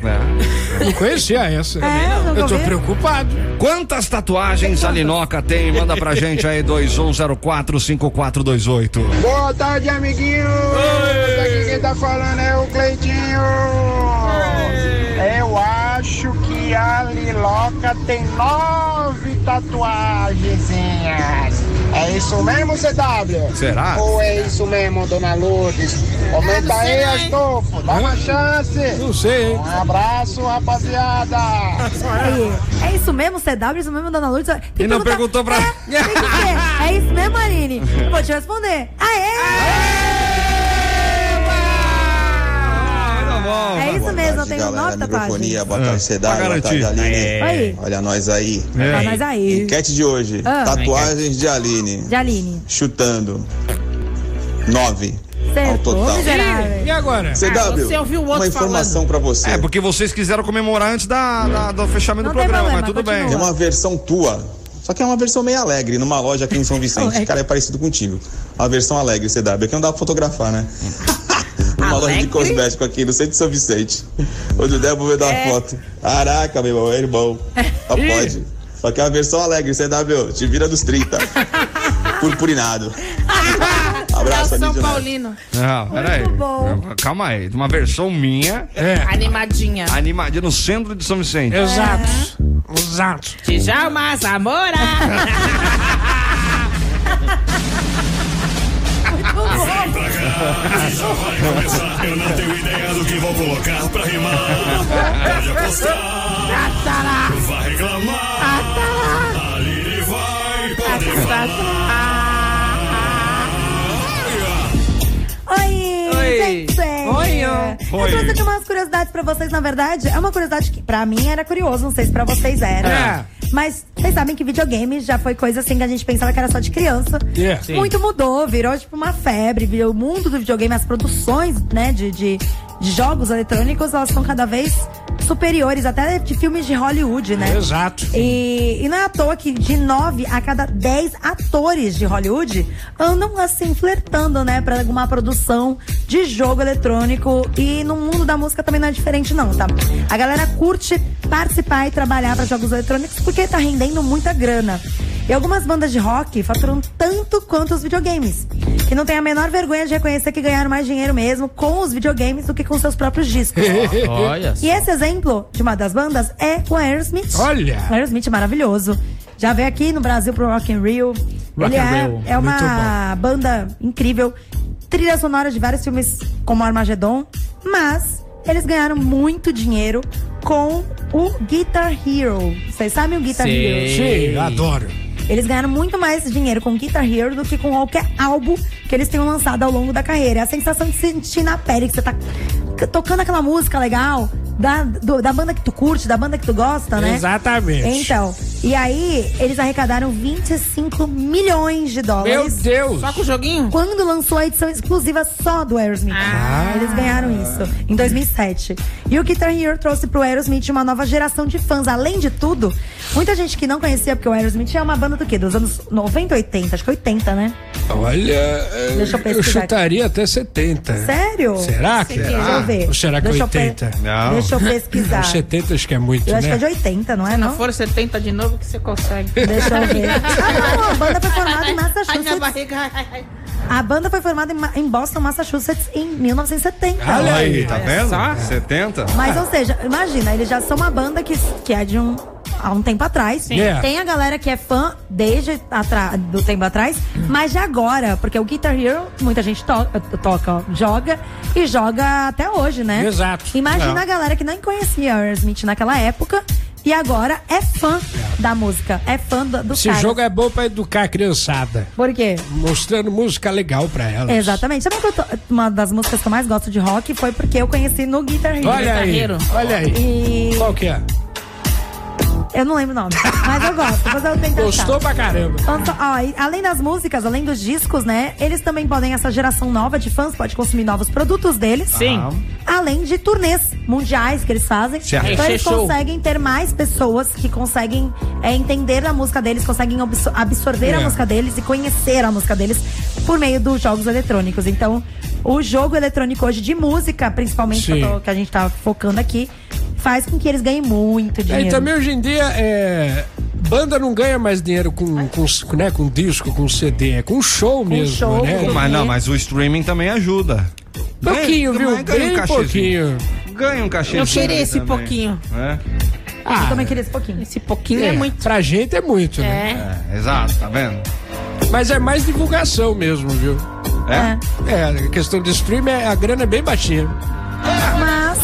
S5: eu não conhecia essa.
S6: É, eu nunca
S5: eu tô
S6: ouvi.
S5: preocupado.
S3: Quantas tatuagens a Linoca tem? Manda pra gente aí, 21045428.
S9: Boa tarde, amiguinho. Aqui quem tá falando é o Cleitinho. Eu acho que a Liloca tem nove tatuagenzinhas. É isso mesmo, CW?
S3: Será?
S9: Ou é isso mesmo, dona Lourdes? Comenta
S3: Ah, não sei,
S9: aí,
S3: não, hein?
S9: Astolfo. Dá uma chance. Não
S5: sei,
S9: Um abraço, rapaziada.
S6: É isso mesmo, CW, isso mesmo, Dona Lourdes. Tem
S9: E não
S6: que perguntar-
S9: perguntou pra-
S6: É, tem que ser. É isso mesmo, Aline? Vou te responder. Aê! É isso mesmo, eu tenho nove tatuagens.
S12: boa
S3: Ah,
S12: tarde, Cedar, boa tarde, Aline.
S6: Oi.
S12: Olha nós aí.
S3: É.
S6: Tá É. nós aí.
S12: Enquete de hoje,
S6: Ah.
S12: tatuagens de Aline,
S6: De Aline.
S12: chutando, nove. Ao
S6: Certo.
S12: total.
S5: E agora?
S3: Ah,
S12: CW, uma informação pra você.
S3: É, porque vocês quiseram comemorar antes da, da- do fechamento do programa, mas tudo bem.
S12: Tem É uma versão tua. Só que é uma versão meio alegre, numa loja aqui em São Vicente. O cara é parecido contigo. A versão alegre, CW, é que não dá pra fotografar, né? Uma loja de cosmético aqui no centro de São Vicente. Onde der, eu vou ver dar uma foto. Caraca, meu irmão, é irmão. Só pode. Só que é uma versão alegre, CW, te vira dos 30. Purpurinado. Abraço,
S24: É o São
S12: Lídia.
S24: Paulino.
S3: Não, Ah, peraí.
S24: bom.
S3: Calma aí. Uma versão minha.
S4: É.
S24: Animadinha.
S3: Animadinha no centro de São Vicente. É.
S5: Exato. Exato.
S24: Djalma Zamora.
S9: Vem
S7: pra cá, que já vai começar. Eu não tenho ideia do que vou colocar pra rimar. Pode apostar. Vai reclamar. Aline vai, pode
S6: Oi,
S9: Oi.
S6: gente!
S9: Oi, ó.
S6: Eu
S9: Oi.
S6: trouxe aqui umas curiosidades pra vocês, na verdade. É uma curiosidade que pra mim era curioso, não sei se pra vocês era.
S9: É.
S6: Mas vocês sabem que videogame já foi coisa assim que a gente pensava que era só de criança.
S9: Yeah. Sim.
S6: Muito mudou, virou tipo uma febre. virou- O mundo do videogame, as produções, né, de, de, de jogos eletrônicos, elas são cada vez superiores, até de filmes de Hollywood, né?
S5: Exato.
S6: E, e não é à toa que de 9 a cada 10 atores de Hollywood andam assim, flertando, né, pra alguma produção de jogo eletrônico. E no mundo da música também não é diferente, não, tá? A galera curte participar e trabalhar pra jogos eletrônicos porque tá rendendo muita grana. E algumas bandas de rock faturam tanto quanto os videogames. Que não tem a menor vergonha de reconhecer que ganharam mais dinheiro mesmo com os videogames do que com seus próprios discos.
S9: Olha
S6: E esse exemplo de uma das bandas é o Aerosmith.
S9: Olha!
S6: O Aerosmith é maravilhoso. Já veio aqui no Brasil pro Rock in Rio.
S9: Rock
S6: Ele
S9: and
S6: é,
S9: Rio,
S6: é
S9: muito
S6: uma banda incrível. Trilha sonora de vários filmes como Armagedon. Mas eles ganharam muito dinheiro com o Guitar Hero. Vocês sabem o Guitar Hero?
S5: Sim, adoro.
S6: Eles ganharam muito mais dinheiro com Guitar Hero do que com qualquer álbum que eles tenham lançado ao longo da carreira. É a sensação de sentir na pele que você tá c- tocando aquela música legal da, do- da banda que tu curte, da banda que tu gosta, né?
S5: Exatamente.
S6: Então, e aí eles arrecadaram 25 milhões de dólares.
S5: Meu Deus! Só
S6: com o joguinho? Quando lançou a edição exclusiva só do Aerosmith. Ah. Eles ganharam isso em 2007. E o Guitar Hero trouxe pro Aerosmith uma nova geração de fãs. Além de tudo, muita gente que não conhecia, porque o Aerosmith é uma banda do quê? Dos anos 90, 80? Acho que 80, né?
S5: Olha, eh,
S6: Deixa eu
S5: eu,
S6: pesquisar
S5: chutaria até 70.
S6: Sério?
S5: Será que? é?
S6: Sei que- deixa eu ver.
S5: Ou será que
S6: Deixa eu pe-
S5: 80?
S6: Não. deixa eu pesquisar.
S5: Os 70 acho que é muito,
S6: Eu acho
S5: né?
S6: que é de 80, não é?
S24: Se
S6: Não?
S24: não for 70 de novo que você consegue.
S6: Deixa eu ver. Ah, não, a banda foi formada em
S24: Ai, minha
S6: Massachusetts.
S24: barriga. ai, ai, ai.
S6: A banda foi formada em Ma- em Boston, Massachusetts, em 1970.
S3: Olha aí, tá
S6: Olha
S3: vendo?
S6: só.
S3: 70?
S6: Mas, ou seja, imagina, eles já são uma banda que, que é de um. Há um tempo atrás.
S3: Sim. Yeah.
S6: Tem a galera que é fã desde atra- do tempo atrás, mas de agora, porque o Guitar Hero, muita gente to- toca, ó, joga e joga até hoje, né?
S9: Exato.
S6: Imagina
S9: Não.
S5: É.
S6: a galera que nem conhecia o Aerosmith naquela época e agora é fã da música, é fã do, do
S5: Esse
S6: cara.
S5: jogo é bom pra educar a criançada.
S6: Por quê?
S5: Mostrando música legal pra ela.
S6: Exatamente. Sabe que eu tô- uma das músicas que eu mais gosto de rock foi porque eu conheci no Guitar Hero.
S5: Olha aí, olha aí.
S6: E
S5: Qual que é?
S6: eu não lembro o nome, mas eu gosto. Mas eu tento
S5: Gostou
S6: achar.
S5: pra caramba.
S6: Então, ó, e além das músicas, além dos discos, né? Eles também podem, essa geração nova de fãs pode consumir novos produtos deles.
S8: Sim.
S6: Além de turnês mundiais que eles fazem.
S8: Certo.
S6: Então eles
S8: Encher show.
S6: conseguem ter mais pessoas que conseguem é, entender a música deles, conseguem absor- absorver a
S3: É.
S6: música deles e conhecer a música deles por meio dos jogos eletrônicos. Então, o jogo eletrônico hoje de música, principalmente que, eu tô-
S5: Sim.
S6: que a gente tá focando aqui, faz com que eles ganhem muito dinheiro.
S5: É, E também hoje em dia é. Banda não ganha mais dinheiro com, com, com, né, com disco, com CD, é com show mesmo, né?
S3: Mas não, mas o streaming também ajuda.
S5: Pouquinho,
S3: Ganha-
S5: viu?
S3: Ganha um
S5: Bem
S3: cachezinho. Ganha um cachezinho.
S5: Eu queria esse
S3: também.
S5: pouquinho.
S3: É.
S6: eu também queria esse pouquinho.
S5: Esse
S6: pouquinho é muito.
S5: Pra gente Ah, é muito, né?
S3: É, exato, tá vendo?
S5: Mas é mais divulgação mesmo, viu? É? É, a questão de streaming, é- a grana é bem baixinha.
S6: Mas,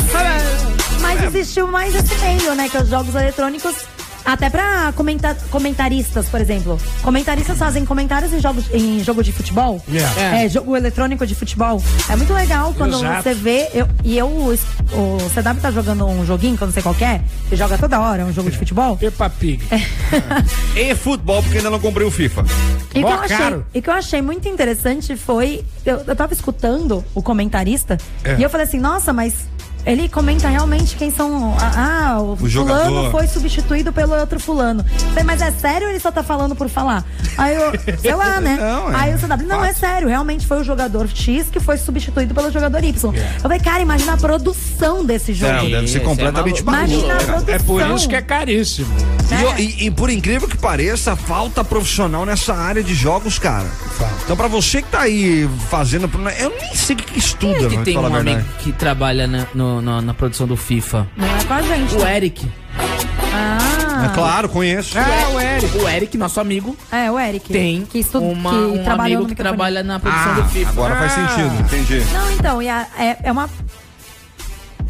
S6: mas existiu mais esse meio, né? Que os jogos eletrônicos. Até pra comenta- comentaristas, por exemplo. Comentaristas fazem comentários em, jogos, em jogo de futebol.
S3: Yeah.
S6: É. jogo eletrônico de futebol. É muito legal quando
S3: Exato.
S6: você vê. eu- e eu, o, o CW tá jogando um joguinho, que eu não sei qual que é, que joga toda hora, um jogo de futebol.
S5: Peppa Pig.
S3: E futebol, porque ainda não comprei o FIFA.
S6: E que, eu Então, achei, e que eu achei muito interessante foi. Eu, eu tava escutando o comentarista
S3: É.
S6: e eu falei assim, nossa, mas ele comenta realmente quem são. Ah, ah, o, fulano
S3: jogador.
S6: foi substituído pelo outro fulano. Eu Falei, mas é sério ou ele só tá falando por falar? Aí eu, sei lá, né?
S3: Não, é
S6: Aí o CW, não, é sério, realmente foi o jogador X que foi substituído pelo jogador Y. Eu falei, cara, imagina a produção desse jogo.
S3: É. Não, deve
S8: é
S3: ser completamente maluco.
S6: Imagina a produção.
S5: É por isso que é caríssimo.
S3: E, e- e por incrível que pareça, falta profissional nessa área de jogos, cara. Então, pra você que tá aí fazendo. Eu nem sei o que, que estuda,
S8: Quem é
S3: pra
S8: que tem um
S3: falar a verdade.
S8: amigo que trabalha na, no- na- na produção do FIFA?
S6: Não é com a gente.
S8: O Eric.
S6: Ah.
S3: É claro, conheço.
S8: o Eric. O Eric, nosso amigo.
S6: É, o Eric.
S8: Tem
S6: que estu-
S8: uma-
S6: que
S8: um
S6: trabalhou
S8: amigo
S6: no
S8: que
S6: microfone.
S8: trabalha na produção
S3: Ah,
S8: do FIFA.
S3: agora faz sentido, entendi.
S6: Não, então, e a- é, é uma.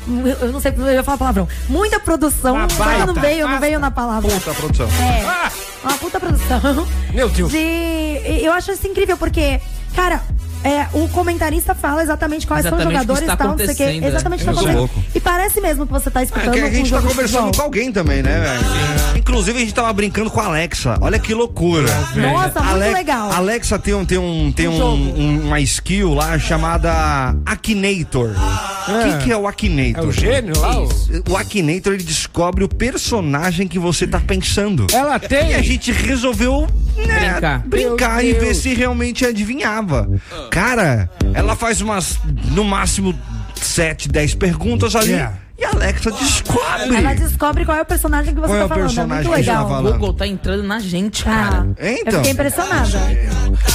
S6: Eu- Eu não sei, eu ia falar palavrão. Muita produção,
S3: Uma
S6: só que não
S3: baita,
S6: veio, não veio na palavra.
S3: Puta produção. Ah!
S6: É. Uma puta produção.
S3: Meu Deus.
S6: De- e Eu acho isso incrível, porque, cara. é, o comentarista fala exatamente quais são os
S3: Exatamente o que
S6: jogadores e
S3: está
S6: tal, não sei o quê.
S3: acontecendo, né?
S6: Exatamente o que
S3: Eu
S6: está
S3: sou
S6: acontecendo.
S3: louco.
S6: E parece mesmo que você tá
S3: É
S6: escutando.
S3: que a
S6: um
S3: gente tá
S6: jogo de
S3: conversando
S6: futebol.
S3: com alguém também, né, velho? Inclusive, a gente tava brincando com a Alexa. Olha que loucura.
S6: Nossa, muito
S3: Ale-
S6: legal.
S3: Alexa tem, um, tem, um, tem
S6: Um
S3: um-
S6: jogo.
S3: um- uma skill lá chamada Akinator.
S6: Ah.
S3: O que, que é o Akinator?
S5: É o gênio lá, o-
S3: O Akinator, ele descobre o personagem que você tá pensando.
S5: Ela tem.
S3: E a gente resolveu né,
S5: Brincar.
S3: brincar
S5: Meu
S3: e ver
S5: Deus.
S3: se realmente adivinhava. Cara, ela faz umas, no máximo, 7, 10 perguntas ali.
S6: Yeah.
S5: É.
S3: E a Alexa descobre.
S6: Ela descobre qual é o personagem que você
S3: Qual é
S6: tá
S3: o
S6: falando. É muito
S3: personagem que a gente tá
S6: legal.
S3: falando?
S8: Google tá entrando na gente,
S6: cara. Eu
S3: Então.
S6: fiquei impressionada.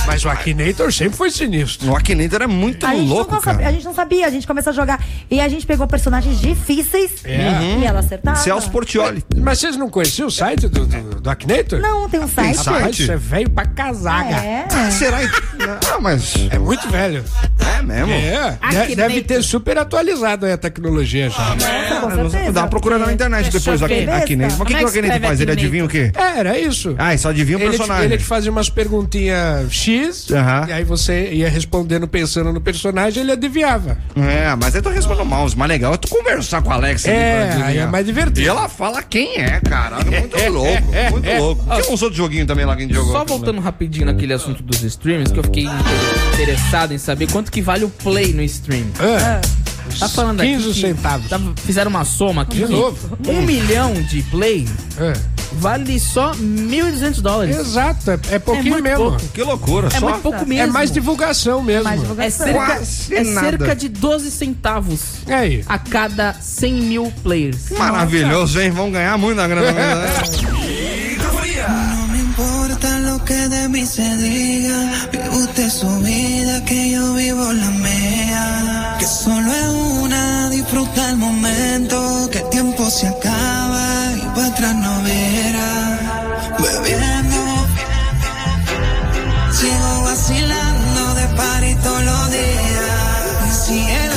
S5: Mas o Akinator sempre foi sinistro.
S3: O Akinator é muito
S6: A gente,
S3: louco,
S6: não sabia, a
S3: cara.
S6: gente não sabia, a gente começou a jogar. E a gente pegou personagens difíceis
S5: É.
S3: Uhum.
S6: e ela acertava.
S3: Portioli.
S5: Mas vocês não conheciam o site do, do, do Akinator?
S6: Não, tem um site.
S5: Rapaz, Você é velho pra casaga.
S6: É.
S3: Será? Ah, mas.
S5: É muito velho.
S3: É mesmo?
S5: É. De-
S3: Akinator.
S5: deve ter super atualizado aí a tecnologia já.
S6: Ah,
S3: Ah, Dá uma procurada na internet
S6: é
S3: depois do Akinator. Mas o que, que o Akinator faz? Ele adivinha o quê?
S5: É, era isso.
S3: Ah, ele só adivinha o
S5: Ele te-
S3: personagem.
S5: Ele te fazia umas perguntinhas X,
S3: Aham.
S5: e aí você ia respondendo pensando no personagem, ele adivinhava.
S3: É, mas eu tô respondendo mal. Mas legal é tu conversar com a Alexa. ali pra
S5: É,
S3: adivinhar.
S5: aí é mais divertido.
S3: E ela fala quem é, cara. Muito louco, muito louco. Tinha uns outros joguinhos também lá que a gente jogou.
S8: Só voltando rapidinho naquele assunto dos streams, que eu fiquei interessado em saber quanto que vale o play no stream.
S3: É.
S8: Tá falando
S5: 15
S8: aqui que
S5: centavos.
S8: tá- fizeram uma soma aqui.
S5: De
S8: que
S5: novo?
S3: Hum.
S5: É.
S8: Um milhão de play vale só 1.200 dólares.
S5: Exato, é, pouquinho
S8: muito
S5: mesmo.
S8: pouco.
S3: Que loucura.
S8: É
S5: só-
S8: muito pouco mesmo.
S5: É mais divulgação mesmo.
S8: É cerca,
S5: Quase
S8: é
S5: nada.
S8: cerca de 12 centavos
S5: aí.
S8: a cada 100 mil players.
S3: Maravilhoso, hein? Vão ganhar muita grana. né?
S10: No me importa lo que de mí se diga, vive usted su vida, que yo vivo la mía. Que solo es una, disfruta el momento, que el tiempo se acaba y para atrás no verá. Bebiendo, sigo vacilando de party todos los días. Cielo.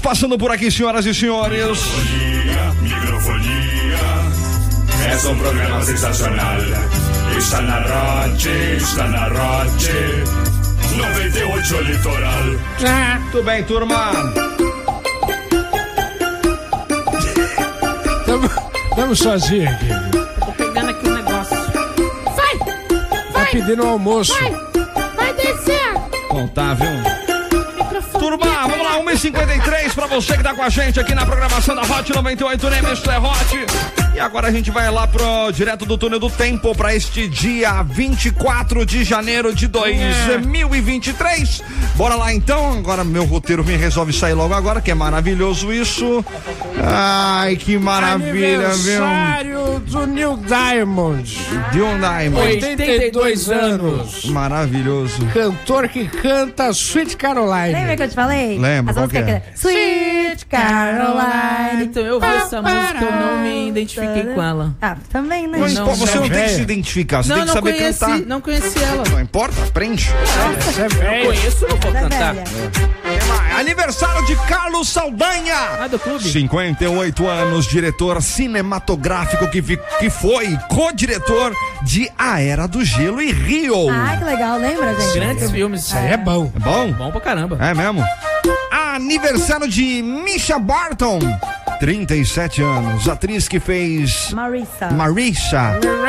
S3: passando por aqui, senhoras e senhores.
S7: Microfonia, microfonia. Es un programa sensacional. Está na Rote, está na Rote. 98 Litoral.
S3: Ah, tudo bem, turma.
S5: Estamos sozinhos aqui.
S24: Tô pegando aqui um negócio.
S5: Sai! Vai! Tá pedindo um almoço.
S24: Vai! Vai descer!
S3: Bom, tá, viu? Turma, vamos lá, 1h53 pra você que tá com a gente aqui na programação da Hot 98 Nemes né, Hot. E agora a gente vai lá pro direto do túnel do tempo pra este dia 24 de janeiro de 2023. Bora lá então, agora meu roteiro me resolve sair logo agora, que é maravilhoso isso. Ai, que maravilha, viu?
S5: Aniversário do Neil Diamond.
S3: Neil Diamond.
S5: 82 anos.
S3: Maravilhoso.
S5: Cantor que canta Sweet Caroline.
S6: Lembra que eu te falei?
S3: Lembra, qual que é?
S6: Sweet Caroline.
S4: Então eu ouvi essa música, eu não me identifiquei com ela.
S6: Ah, também, né?
S3: Mas
S6: Não.
S3: pô, você não tem que
S6: velha.
S3: se identificar, você
S4: Não,
S3: tem que
S4: não
S3: saber
S4: conheci,
S3: cantar.
S4: não conheci ela.
S3: Não importa, aprende.
S5: Você é
S4: Eu conheço, não vou
S3: Ela é
S4: cantar.
S3: velha. Aniversário de Carlos Saldanha.
S4: Ah, do clube.
S3: 58 anos, diretor cinematográfico que, fi- que foi co-diretor de A Era do Gelo e Rio.
S6: Ah, que legal, lembra, gente?
S4: Grandes filmes. Isso aí é
S5: bom.
S3: É bom?
S4: Bom pra caramba.
S3: É mesmo? Aniversário de Misha Barton. 37 anos, atriz que fez
S6: Marissa.
S3: Marissa em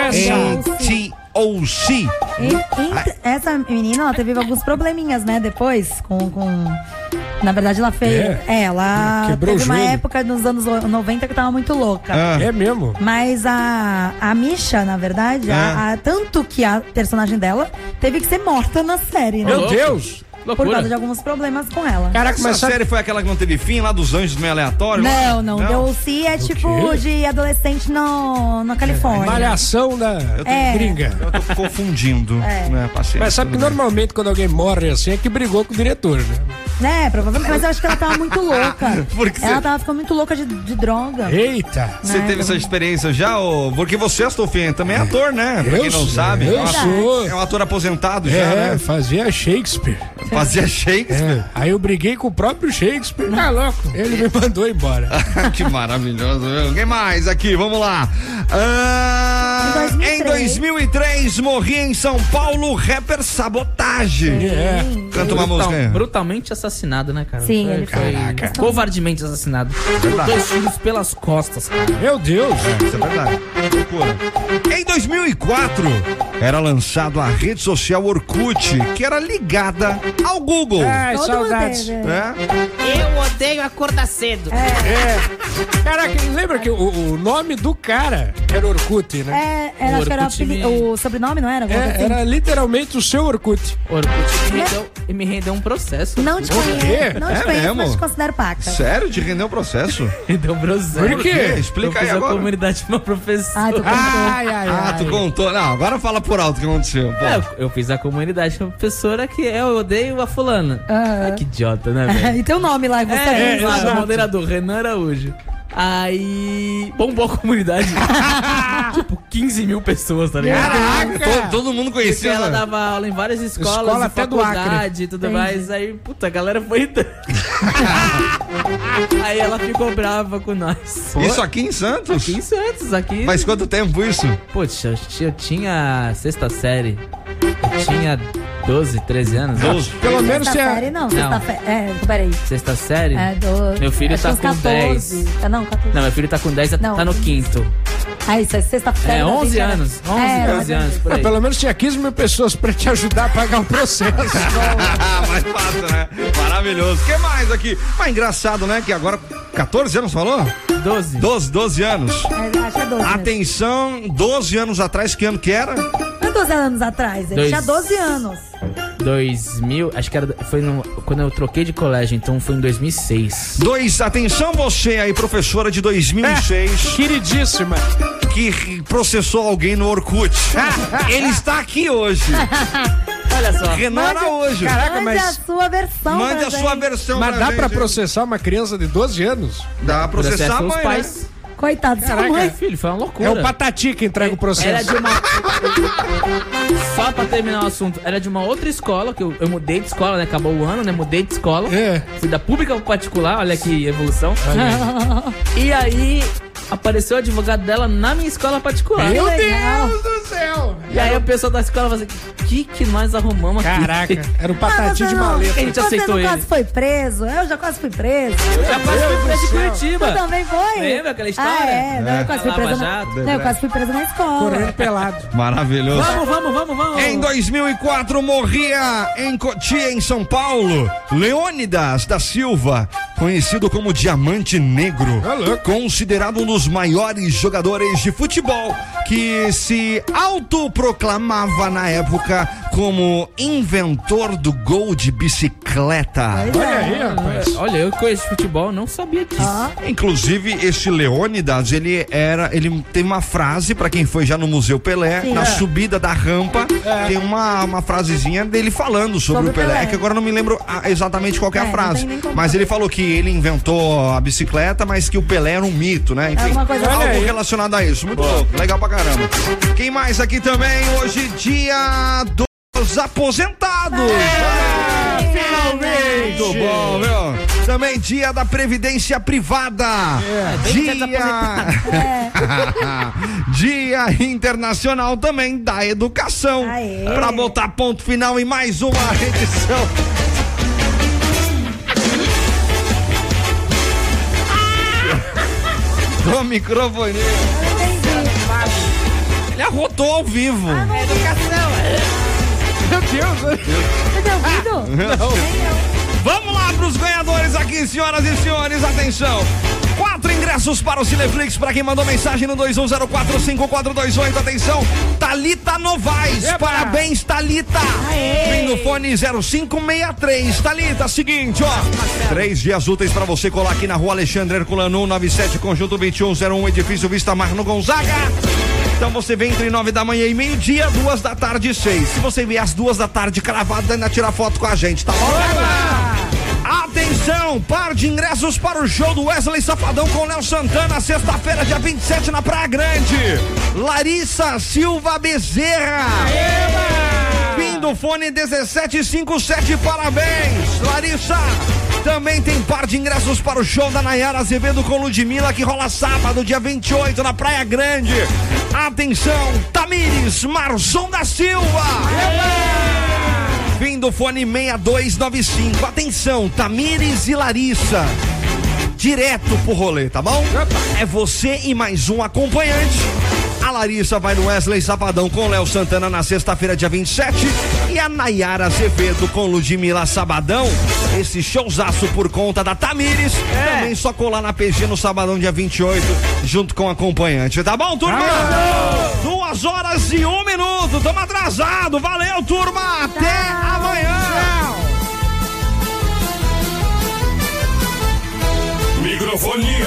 S6: Marissa.
S3: T.O.C.
S6: E- e- essa menina, ela teve alguns probleminhas, né? Depois, com. com... Na verdade, ela fez.
S5: É?
S6: É, ela
S5: Quebrou
S6: teve
S5: o
S6: uma
S5: joelho.
S6: época nos anos o- 90 que tava muito louca.
S5: É mesmo?
S6: Mas a, a Misha, na verdade, a-
S5: É.
S6: a- tanto que a personagem dela teve que ser morta na série, né?
S5: Meu Deus!
S6: Por causa de alguns problemas com ela.
S3: Caraca, mas a série foi aquela que não teve fim lá dos Anjos meio aleatório?
S6: Não, não. Deu se é tipo
S3: quê?
S6: de adolescente no,
S5: É.
S6: na Califórnia.
S5: Malhação da
S6: tô- É.
S5: gringa.
S3: Eu tô confundindo.
S6: É.
S3: Né, paciência,
S5: Mas sabe que
S3: tudo bem.
S5: normalmente quando alguém morre assim é que brigou com o diretor, né?
S6: Né, provavelmente. Mas eu acho que ela tava muito louca.
S3: Porque
S6: ela
S3: você-
S6: tava ficando muito louca de, de droga.
S3: Eita! Você
S6: Né,
S3: teve essa experiência já? ô? Porque você, Astolfinho, também é ator, né? Pra
S5: Eu
S3: quem não
S5: sou,
S3: sabe.
S5: eu
S3: é um ator-
S5: sou.
S3: É um ator aposentado já,
S5: É,
S3: né?
S5: fazia Shakespeare.
S3: Fazia Shakespeare?
S5: É, Aí eu briguei com o próprio Shakespeare. Tá louco. Ele me mandou embora.
S3: que maravilhoso. viu? Quem mais aqui? Vamos lá. Ah, em 2003, morria em São Paulo rapper Sabotagem. É.
S5: É.
S3: Canta uma
S8: Brutal-
S3: música. aí.
S8: Brutalmente assassinado, né, cara?
S3: Sim, ele foi.
S8: Caraca. Covardemente assassinado. Dois tiros pelas costas.
S5: Meu Deus.
S3: Isso é verdade. Loucura. Em 2004, era lançado a rede social Orkut, que era ligada ao Google.
S8: É,
S4: Ai, Todo saudades. mundo teve,
S3: É.
S4: Eu odeio acordar cedo.
S3: Ah.
S5: É. Caraca, lembra que o, o nome do cara era Orkut, né?
S6: É, era, acho que era o, apeli- o sobrenome, não era? Alguma coisa
S5: É,
S6: assim?
S5: era literalmente o seu Orkut.
S8: Orkut me rendeu, me rendeu um processo.
S6: Não te conheço, não te
S3: É
S6: conheço, mas
S3: mesmo?
S6: te considero paca.
S3: Sério? Te rendeu o processo?
S8: rendeu o processo.
S3: Por quê? Explica
S8: eu
S3: aí
S8: fiz a
S3: agora.
S8: comunidade de uma professora.
S6: Ah, tu contou. Ai,
S3: ai, Ah, tu contou. Não, agora fala por alto o que aconteceu. pô.
S8: É, eu fiz a comunidade de uma professora que é, eu odeio a fulana.
S6: Ah.
S8: Ai, que idiota, né, velho?
S6: e teu nome lá, você
S8: É,
S6: é,
S8: é, lá do moderador, Renan Araújo. Aí. Bombou a comunidade. tipo, 15 mil pessoas, tá ligado?
S3: Caraca! Todo- todo mundo conhecia,
S8: Porque ela
S3: né?
S8: dava aula em várias escolas,
S3: Escola
S8: Escola
S3: até do Acre.
S8: faculdade e tudo
S3: Entendi.
S8: mais. Aí, puta, a galera foi. irritando. Aí ela ficou brava com nós.
S3: Isso aqui em Santos?
S8: Aqui em Santos, aqui.
S3: Mas quanto tempo isso?
S8: Poxa, eu ti- eu tinha sexta série. Eu tinha 12, 13 anos. né?
S6: Pelo menos sexta série, não, sexta-feira. É, peraí.
S8: Sexta série?
S6: É, do...
S8: Meu filho
S6: acho
S8: tá
S6: que
S8: com
S6: uns 14.
S8: 10.
S6: Tá, não, 14.
S8: Não, meu filho tá com 10, tá-
S6: Não,
S8: tá no quinto.
S6: Ah, isso é sexta-feira.
S8: É,
S6: tá
S8: 11
S6: brincando.
S8: anos. 11,
S6: É,
S8: 12 anos, por
S5: Mas
S8: aí.
S5: pelo menos tinha 15 mil pessoas pra te ajudar a pagar o processo.
S3: Mais fácil, né? Maravilhoso. O que mais aqui? Mas engraçado, né? Que agora. 14 anos falou?
S8: 12.
S3: 12, 12 anos.
S6: É, acho que é 12 mesmo.
S3: Atenção, 12 anos atrás, que ano que era?
S6: Quantos é anos atrás? Ele
S8: Dois.
S6: tinha 12 anos.
S8: 2000, acho que era, foi no- quando eu troquei de colégio, então foi em 2006.
S3: Dois, atenção você aí, professora de 2006.
S5: queridíssima.
S3: Que processou alguém no Orkut. Ele está aqui hoje.
S8: Olha só.
S3: Renan Araújo.
S5: Caraca,
S6: Mande a
S5: mas.
S6: sua versão.
S3: Mande a
S6: pra
S3: sua
S6: gente.
S3: versão
S5: Mas
S3: pra
S5: dá
S3: gente,
S5: pra
S3: hein?
S5: processar uma criança de 12 anos?
S3: Dá pra processar a mãe, né?
S6: Coitado da sua
S5: Caraca.
S6: mãe.
S8: Filho, foi uma loucura.
S5: É o Patati que entrega o
S8: Era
S5: processo.
S8: de uma. Só pra terminar o assunto, era de uma outra escola, que eu, eu mudei de escola, né? Acabou o ano, né? Mudei de escola.
S5: É.
S8: Fui da pública pro particular, olha que evolução. e aí apareceu o advogado dela na minha escola particular.
S5: Meu
S8: Que legal.
S5: Deus do céu!
S8: E aí o pessoal da escola falou assim: o que, que nós arrumamos aqui?
S5: Caraca, era o
S6: Ah,
S5: patati
S6: Você
S5: de
S6: não-
S5: maleta.
S8: A gente
S6: um- você
S8: aceitou
S6: não
S8: ele.
S6: quase foi preso? Eu já quase fui preso.
S8: Eu já quase fui preso de Curitiba.
S6: Tu também foi?
S8: Lembra aquela história?
S6: Ah, é. Não,
S3: É.
S6: eu quase fui
S3: Lava
S6: preso na...
S3: Jato.
S6: não, eu quase fui preso na escola.
S3: Correndo
S5: pelado.
S3: Maravilhoso.
S8: Vamos, vamos, vamos, vamos.
S3: Em 2004 morria em Cotia, em São Paulo, Leônidas da Silva, conhecido como Diamante Negro,
S8: Tá
S3: considerado um dos maiores jogadores de futebol, que se autoproclamava na época como inventor do gol de bicicleta.
S8: Olha, eu conheço futebol, não sabia disso.
S3: Ah. Inclusive, esse Leônidas, ele era. Ele tem uma frase, pra quem foi já no Museu Pelé,
S10: Sim.
S3: na
S10: É.
S3: subida da rampa,
S10: É.
S3: tem uma, uma frasezinha dele falando sobre,
S10: Sobre
S3: o Pelé,
S10: Pelé.
S3: que agora eu não me lembro ah, exatamente qual que é,
S6: É,
S3: a
S6: não
S3: frase.
S6: tem nem como
S3: Mas ele falou que ele inventou a bicicleta, mas que o Pelé era um mito, né? Enfim,
S6: Alguma coisa
S3: algo
S6: assim.
S3: relacionado a isso. Muito louco, legal pra caramba. Quem mais aqui também? Hoje, dia dos aposentados.
S5: Finalmente!
S3: Muito bom, viu? Também dia da Previdência Privada. Dia... dia Internacional também da Educação. Pra botar ponto final em mais uma edição. Do microfone. Ele arrotou ao vivo.
S4: Educação.
S5: Meu Deus.
S3: Vamos lá para os ganhadores aqui, senhoras e senhores, atenção. Quatro ingressos para o Cineflix, para quem mandou mensagem no 21045428, atenção. Thalita Novaes, parabéns, Thalita. Vem no fone 0563, Thalita, seguinte, ó. Três dias úteis para você colar aqui na rua Alexandre Herculano, 197, conjunto 2101, edifício Vista Mar, no Gonzaga. Então você vem entre 9 da manhã e meio-dia, duas da tarde e seis. Se você vier às duas da tarde cravado, ainda tira foto com a gente, tá bom? Atenção, par de ingressos para o show do Wesley Safadão com Léo Santana, sexta-feira, dia 27, na Praia Grande. Larissa Silva Bezerra. Fim do fone 1757, parabéns, Larissa. Também tem par de ingressos para o show da Nayara Azevedo com Ludmilla, que rola sábado, dia 28, na Praia Grande. Atenção, Tamires Marçom da Silva. Fim do fone 6295. Atenção, Tamires e Larissa. Direto pro rolê, tá bom? É você e mais um acompanhante. A Larissa vai no Wesley Sabadão com Léo Santana na sexta-feira, dia 27. E a Nayara Azevedo com Ludmilla Sabadão. Esse showzaço por conta da Tamires. Também só colar na PG no sabadão, dia 28, junto com o acompanhante. Tá bom, turma? Duas horas e um minuto. Tamo atrasado. Valeu, turma. Até amanhã.
S10: Microfonia. um